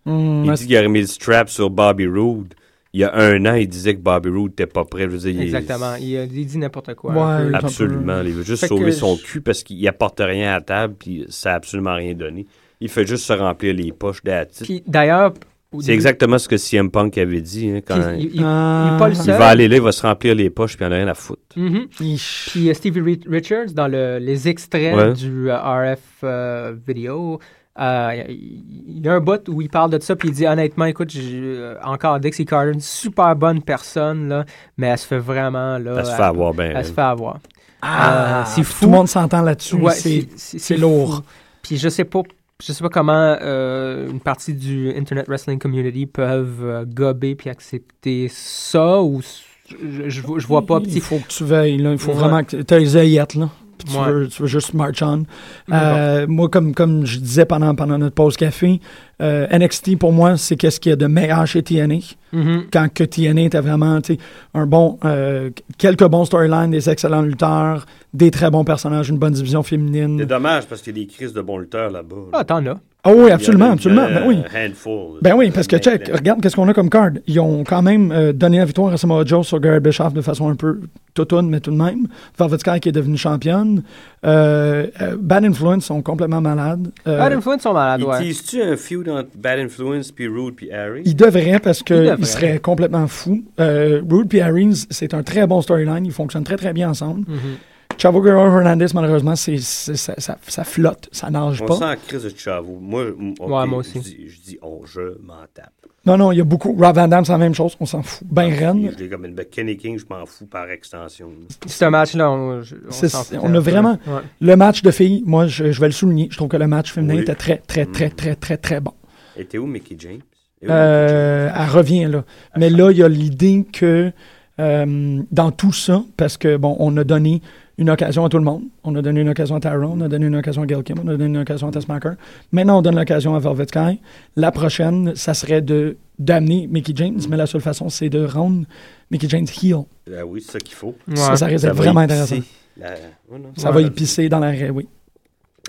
S6: ouais.
S4: Mm,
S8: Il
S4: mais
S8: dit qu'il a remis le strap sur Bobby Roode. Il y a un an, il disait que Bobby Roode n'était pas prêt. Je veux dire, il-
S6: Exactement. Il, a- il dit n'importe quoi.
S4: Ouais.
S6: un peu.
S8: Absolument. Il veut juste
S6: Fait
S8: sauver
S6: que
S8: son
S6: je-
S8: cul parce qu'il apporte rien à la table, puis ça n'a absolument rien donné. Il fait juste se remplir les poches d'Atit.
S6: Puis d'ailleurs, au
S8: C'est
S6: début,
S8: exactement ce que CM Punk avait dit. hein, quand
S6: puis
S8: il,
S6: il, il- il est pas le seul.
S8: va aller là, il va se remplir les poches, puis il en a rien à foutre.
S6: Mhm. Puis euh, Stevie Ri- Richards, dans le- les extraits
S8: Ouais.
S6: du euh, RF euh, vidéo, euh, il il y a un bot où il parle de ça, puis il dit honnêtement, écoute, j'ai- euh, encore Dixie Carter, une super bonne personne, là, mais elle se fait vraiment.
S8: Ça
S6: Là,
S8: se fait avoir bien.
S6: Elle se fait avoir. Euh, c'est fou.
S4: Tout le monde s'entend là-dessus.
S6: Ouais,
S4: c'est
S6: c'est-
S4: c'est
S6: fou.
S4: lourd.
S6: Puis je sais pas, je sais pas comment euh, une partie du Internet Wrestling Community peuvent euh, gober puis accepter ça ou s- je, je, vo- je vois pas petit
S4: Il faut que tu veilles. Là. Il faut
S6: Ouais.
S4: vraiment que tu aies les aillettes. Là. Puis Tu,
S6: Ouais.
S4: veux, tu veux juste march on.
S6: Mais
S4: Euh, Moi, comme, comme je disais pendant, pendant notre pause café, euh, NXT, pour moi, c'est qu'est-ce qu'il y a de meilleur chez TNA.
S8: Mm-hmm.
S6: Mhm.
S4: quand que TNA était vraiment tu sais, un bon, euh, quelques bons storylines, des excellents lutteurs, des très bons personnages, une bonne division
S8: C'est
S4: féminine.
S8: dommage parce qu'il y a des crises de bons lutteurs là-bas.
S6: Ah, t'en as.
S4: Ah oui, absolument, absolument. Ben oui.
S8: euh,
S4: Ben oui, parce que check, regarde qu'est-ce qu'on a comme card. Ils ont quand même euh, donné la victoire à Samoa Joe sur Gary Bischoff de façon un peu toutoune, mais tout de même. Velvet Sky qui est devenue championne. Euh, euh, Bad Influence sont complètement malades. Euh,
S6: Bad Influence sont malades, Ah, ouais.
S8: tu un feud entre Bad Influence, puis Rude, puis Harry?
S4: Ils devraient parce
S6: Ils devraient.
S4: qu'ils seraient complètement fous. Euh, Rude et Harris, c'est un très bon storyline. Ils fonctionnent très, très bien ensemble.
S6: Mm-hmm.
S4: Chavo Guerrero Hernandez, malheureusement, c'est c'est- ça, ça- ça flotte, ça nage
S8: On
S4: pas.
S8: sent la crise de Chavo. Moi, je- ok,
S6: Ouais, moi aussi.
S8: Je dis, je dis on, je m'en tape.
S4: Non, non, il y a beaucoup. Rob Van Damme, c'est la même chose. On s'en fout. Ben
S8: Je
S4: Ren.
S8: dis comme une Kenny King, je m'en fous par extension. là.
S6: C'est un match-là, on, je- on
S4: C'est-
S6: s'en fout
S4: on
S6: un
S4: a
S6: peu.
S4: vraiment-
S6: Ouais.
S4: Le match de filles, moi, je, je vais le souligner. Je trouve que le match féminin
S8: Oui.
S4: était très, très, très, très, très, très bon.
S8: Et t'es où Mickey James? Et où Mickey James?
S4: Euh, elle revient là. Mais là, il y a l'idée que euh, dans tout ça, parce que bon, on a donné une occasion à tout le monde. On a donné une occasion à Tyrone, on a donné une occasion à Gail Kim, on a donné une occasion à Tess Marker. Maintenant, on donne l'occasion à Velvet Sky. La prochaine, ça serait de d'amener Mickey James, mais la seule façon, c'est de rendre Mickey James heel.
S8: Ah oui, c'est ça qu'il faut.
S6: Ouais.
S4: Ça, ça risque
S8: Ça
S4: d'être
S8: va
S4: vraiment
S8: y
S4: intéressant.
S8: pisser. La- ouais, non,
S4: Ça va y pisser dans l'arrêt, oui.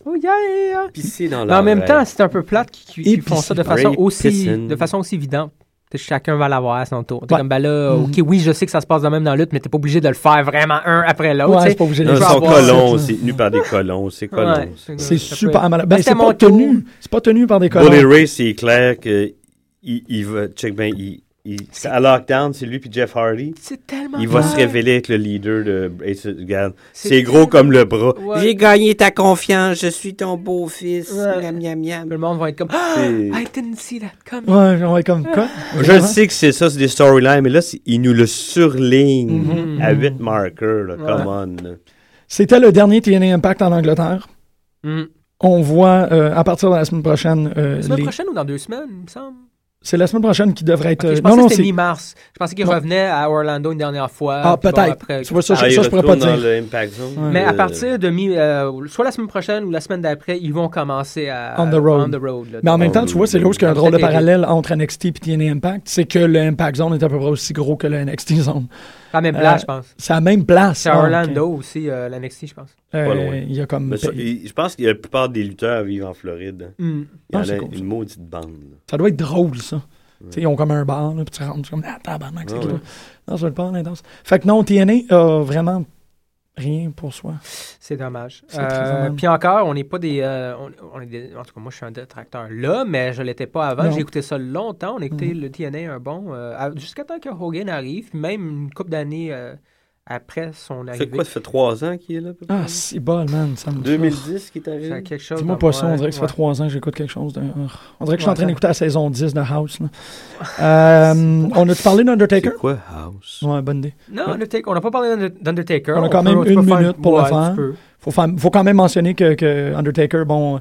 S6: Oh, yeah!
S8: pisser dans
S6: Mais en même
S8: l'oreille.
S6: temps, c'est un peu plate qu'ils qu'ils
S4: Et
S6: font
S4: puis
S6: ça de
S8: c'est
S6: façon
S8: Ray
S6: aussi,
S8: Pisson.
S6: de façon aussi évidente. T'sais, Chacun va l'avoir à son tour. T'es
S4: Ouais.
S6: comme, ben là,
S4: Mhm.
S6: OK, oui, je sais que ça se passe de même dans la lutte, mais t'es pas obligé de le faire vraiment un après l'autre.
S4: Ouais,
S6: t'sais.
S4: c'est pas obligé de
S8: Non,
S4: le
S8: ils
S6: faut
S4: faire.
S8: sont
S6: avoir-
S8: colons, c'est tenu par des colons, c'est colons.
S6: Ouais.
S8: ça.
S4: C'est
S6: Euh, Ça peut
S4: super
S6: être-
S4: malade. Ben,
S6: C'était
S4: c'est
S6: mon
S4: pas
S6: tour.
S4: tenu. C'est pas tenu par des colons.
S8: Bully Ray, c'est clair que il, il va check ben il, il- à lockdown, c'est lui puis Jeff Hardy.
S6: C'est tellement
S8: Il va se
S6: plate.
S8: révéler être le leader de Ace of the Gang.
S6: C'est
S8: C'est gros
S6: tellement-
S8: comme le bras.
S6: Ouais.
S5: J'ai gagné ta confiance, je suis ton beau-fils.
S6: Ouais.
S5: Miam, miam, miam.
S6: Tout le monde va être comme Ah,
S8: C'est-
S6: I didn't see that coming.
S4: Ouais, on va être comme quoi?
S8: Je le sais que c'est ça, c'est des storylines, mais là, c'est- il nous le surligne
S4: Mm-hmm.
S8: à 8 marqueurs. Là, Come on. là.
S4: C'était le dernier TNA Impact en Angleterre.
S6: Mm.
S4: On voit euh, à partir de la semaine prochaine. euh,
S6: La semaine
S4: les-
S6: prochaine ou dans deux semaines, il me semble.
S4: C'est la semaine prochaine qui devrait être.
S6: Ok,
S4: euh,
S6: je
S4: non,
S6: pensais
S4: non,
S6: que c'était
S4: c'est.
S6: mi-mars. Je pensais qu'il
S4: Non.
S6: revenait à Orlando une dernière fois.
S4: Ah,
S6: puis bon,
S4: peut-être.
S6: après-
S4: Tu vois, ça,
S8: Ah,
S4: je,
S8: il
S4: ça, je pourrais pas te
S8: retourne dans
S4: dire.
S8: le Impact Zone.
S4: Ouais.
S6: Mais à
S8: Euh,
S6: partir de mi, euh, soit la semaine prochaine ou la semaine d'après, ils vont commencer à
S4: On the road.
S6: là.
S4: Mais en même
S8: Oh,
S4: temps, tu vois, c'est là où il y a un
S6: ça,
S4: drôle de
S6: c'est terrible.
S4: parallèle entre NXT et TNA Impact. C'est que le Impact Zone est à peu près aussi gros que le NXT Zone.
S6: À la même
S4: Euh,
S6: place, Ah, je pense.
S4: C'est à la même place.
S6: C'est à
S4: Ah, ok.
S6: Orlando aussi, euh, la NXT, je pense.
S4: Euh,
S8: Pas loin.
S4: il y a comme.
S8: mais ça, il- je pense que la plupart des lutteurs vivent en Floride.
S6: Mm.
S8: Il y en
S4: Ah, c'est
S8: a
S4: cool, ça.
S8: une maudite bande. Ah, là.
S4: Ça doit être drôle, ça. Tu sais, Ils ont comme un bar, là, puis tu rentres, tu es comme, ah, tabarnak, c'est
S8: Ouais,
S4: qui, là?
S8: ouais.
S4: Non, ça va être pas intense. Fait que non, TNA a vraiment Rien pour soi.
S6: C'est dommage.
S4: C'est très
S6: Euh,
S4: dommage.
S6: puis encore, on n'est pas des, euh, on, on est des- En tout cas, moi, je suis un détracteur là, mais je l'étais pas avant.
S4: Non. Mhm.
S6: J'ai écouté ça longtemps. On écoutait le TNA, un bon. euh, à- Jusqu'à temps que Hogan arrive, puis même une couple d'années euh, après son
S8: Ça fait
S6: arrivée.
S8: quoi, ça fait trois ans qu'il est là? à peu près?
S4: Ah, c'est bol, man. Ça me...
S8: 2010 qui est
S6: Ça a
S8: arrivé?
S6: quelque chose
S4: Dis-moi
S6: dans
S4: pas
S6: moi,
S4: ça, on dirait que ça
S6: ouais.
S4: fait trois ans que j'écoute quelque chose. De... On dirait que je suis en train
S6: Ouais,
S4: d'écouter la saison 10 de House. là. Euh, on a-tu parlé d'Undertaker?
S8: C'est quoi House?
S4: Ouais, bonne idée.
S6: Non, Undertaker- on n'a pas parlé d'Under- d'Undertaker.
S4: On a
S6: On
S4: quand
S6: peut-
S4: même
S6: on peut
S4: une
S6: faire-
S4: minute pour le
S6: ouais, tu
S4: faire. Ah,
S6: peux.
S4: Faut, faire- faut quand même mentionner que, que Undertaker, bon, euh,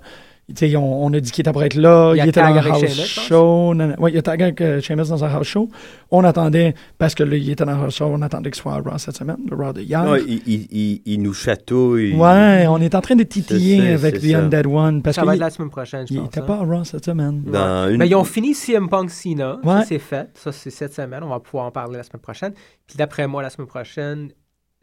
S4: tu sais, on, on a dit qu'il était pour être là,
S6: Il y
S4: il,
S6: a
S4: était dans
S6: tag
S4: un
S6: avec
S4: house
S6: Sheamus, je pense.
S4: show. nan- nan- ouais, il a tag avec euh, Sheamus dans un house show. On attendait, parce que là, il était dans un house show, on attendait qu'il soit à Raw cette semaine, le Raw de hier.
S8: Non, il, il- il- il nous chatouille.
S4: ouais, on est en train de
S8: C'est
S4: titiller
S8: ça,
S4: avec The
S8: c'est ça.
S4: Undead One, parce
S6: Ça va être
S4: qu'il
S6: la semaine prochaine, je
S4: il
S6: pense.
S4: était
S6: hein.
S4: pas à Raw cette semaine.
S8: Dans une-
S6: Mais Ben, ils ont fini CM Punk Cena. Ça,
S4: Ouais.
S6: c'est fait. Ça, c'est cette semaine. On va pouvoir en parler la semaine prochaine. Puis d'après moi, la semaine prochaine,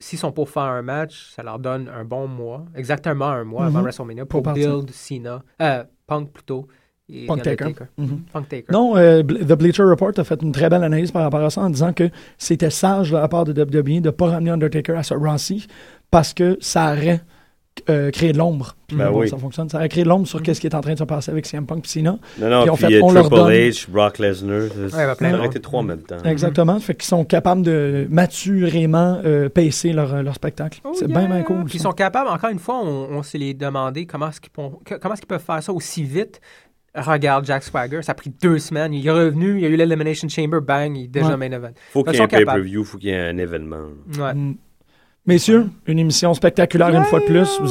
S6: s'ils sont pour faire un match, ça leur donne un bon mois, exactement un mois avant
S4: Mhm.
S6: WrestleMania,
S4: Pour
S6: pour,
S4: partir.
S6: build Cena. Euh, Punk plutôt. et
S4: Punk Taker.
S6: Undertaker.
S4: Mhm.
S6: Punk Taker.
S4: Non, euh, Ble- The Bleacher Report a fait une très belle analyse par rapport à ça en disant que c'était sage de la part de WWE de ne pas ramener Undertaker à ce Raw-ci parce que ça aurait euh, créé de l'ombre. Puis
S8: Ben
S4: bon,
S8: oui.
S4: ça fonctionne. Ça aurait créé de l'ombre sur qu'est-ce qui est en train de se passer avec CM Punk et Cena. Puis
S8: Non, non, puis,
S4: en fait,
S8: euh,
S4: on leur
S8: Triple
S4: donne-
S8: H, Brock Lesnar. ça-
S6: Ouais, il y
S8: ça
S6: a plein de
S8: aurait
S6: monde.
S8: été trois en même temps.
S6: Mhm.
S4: Exactement. Fait qu'ils sont capables de maturément euh, pacer leur, leur spectacle.
S6: Oh
S4: c'est
S6: yeah!
S4: bien, bien cool. ça.
S6: Puis ils sont capables, encore une fois, on, on s'est les demandé comment est-ce qu'ils pon- que- comment est-ce qu'ils peuvent faire ça aussi vite. Regarde Jack Swagger, ça a pris deux semaines. Il est revenu, il y a eu l'Elimination Chamber, bang, il est
S4: Ouais.
S6: déjà main event.
S8: Faut
S6: Ils
S8: qu'il y ait
S6: sont
S8: un
S6: capables.
S8: pay-per-view, faut qu'il y ait un événement. là.
S6: Ouais.
S4: Mm. Messieurs, une émission spectaculaire une fois de plus. Vous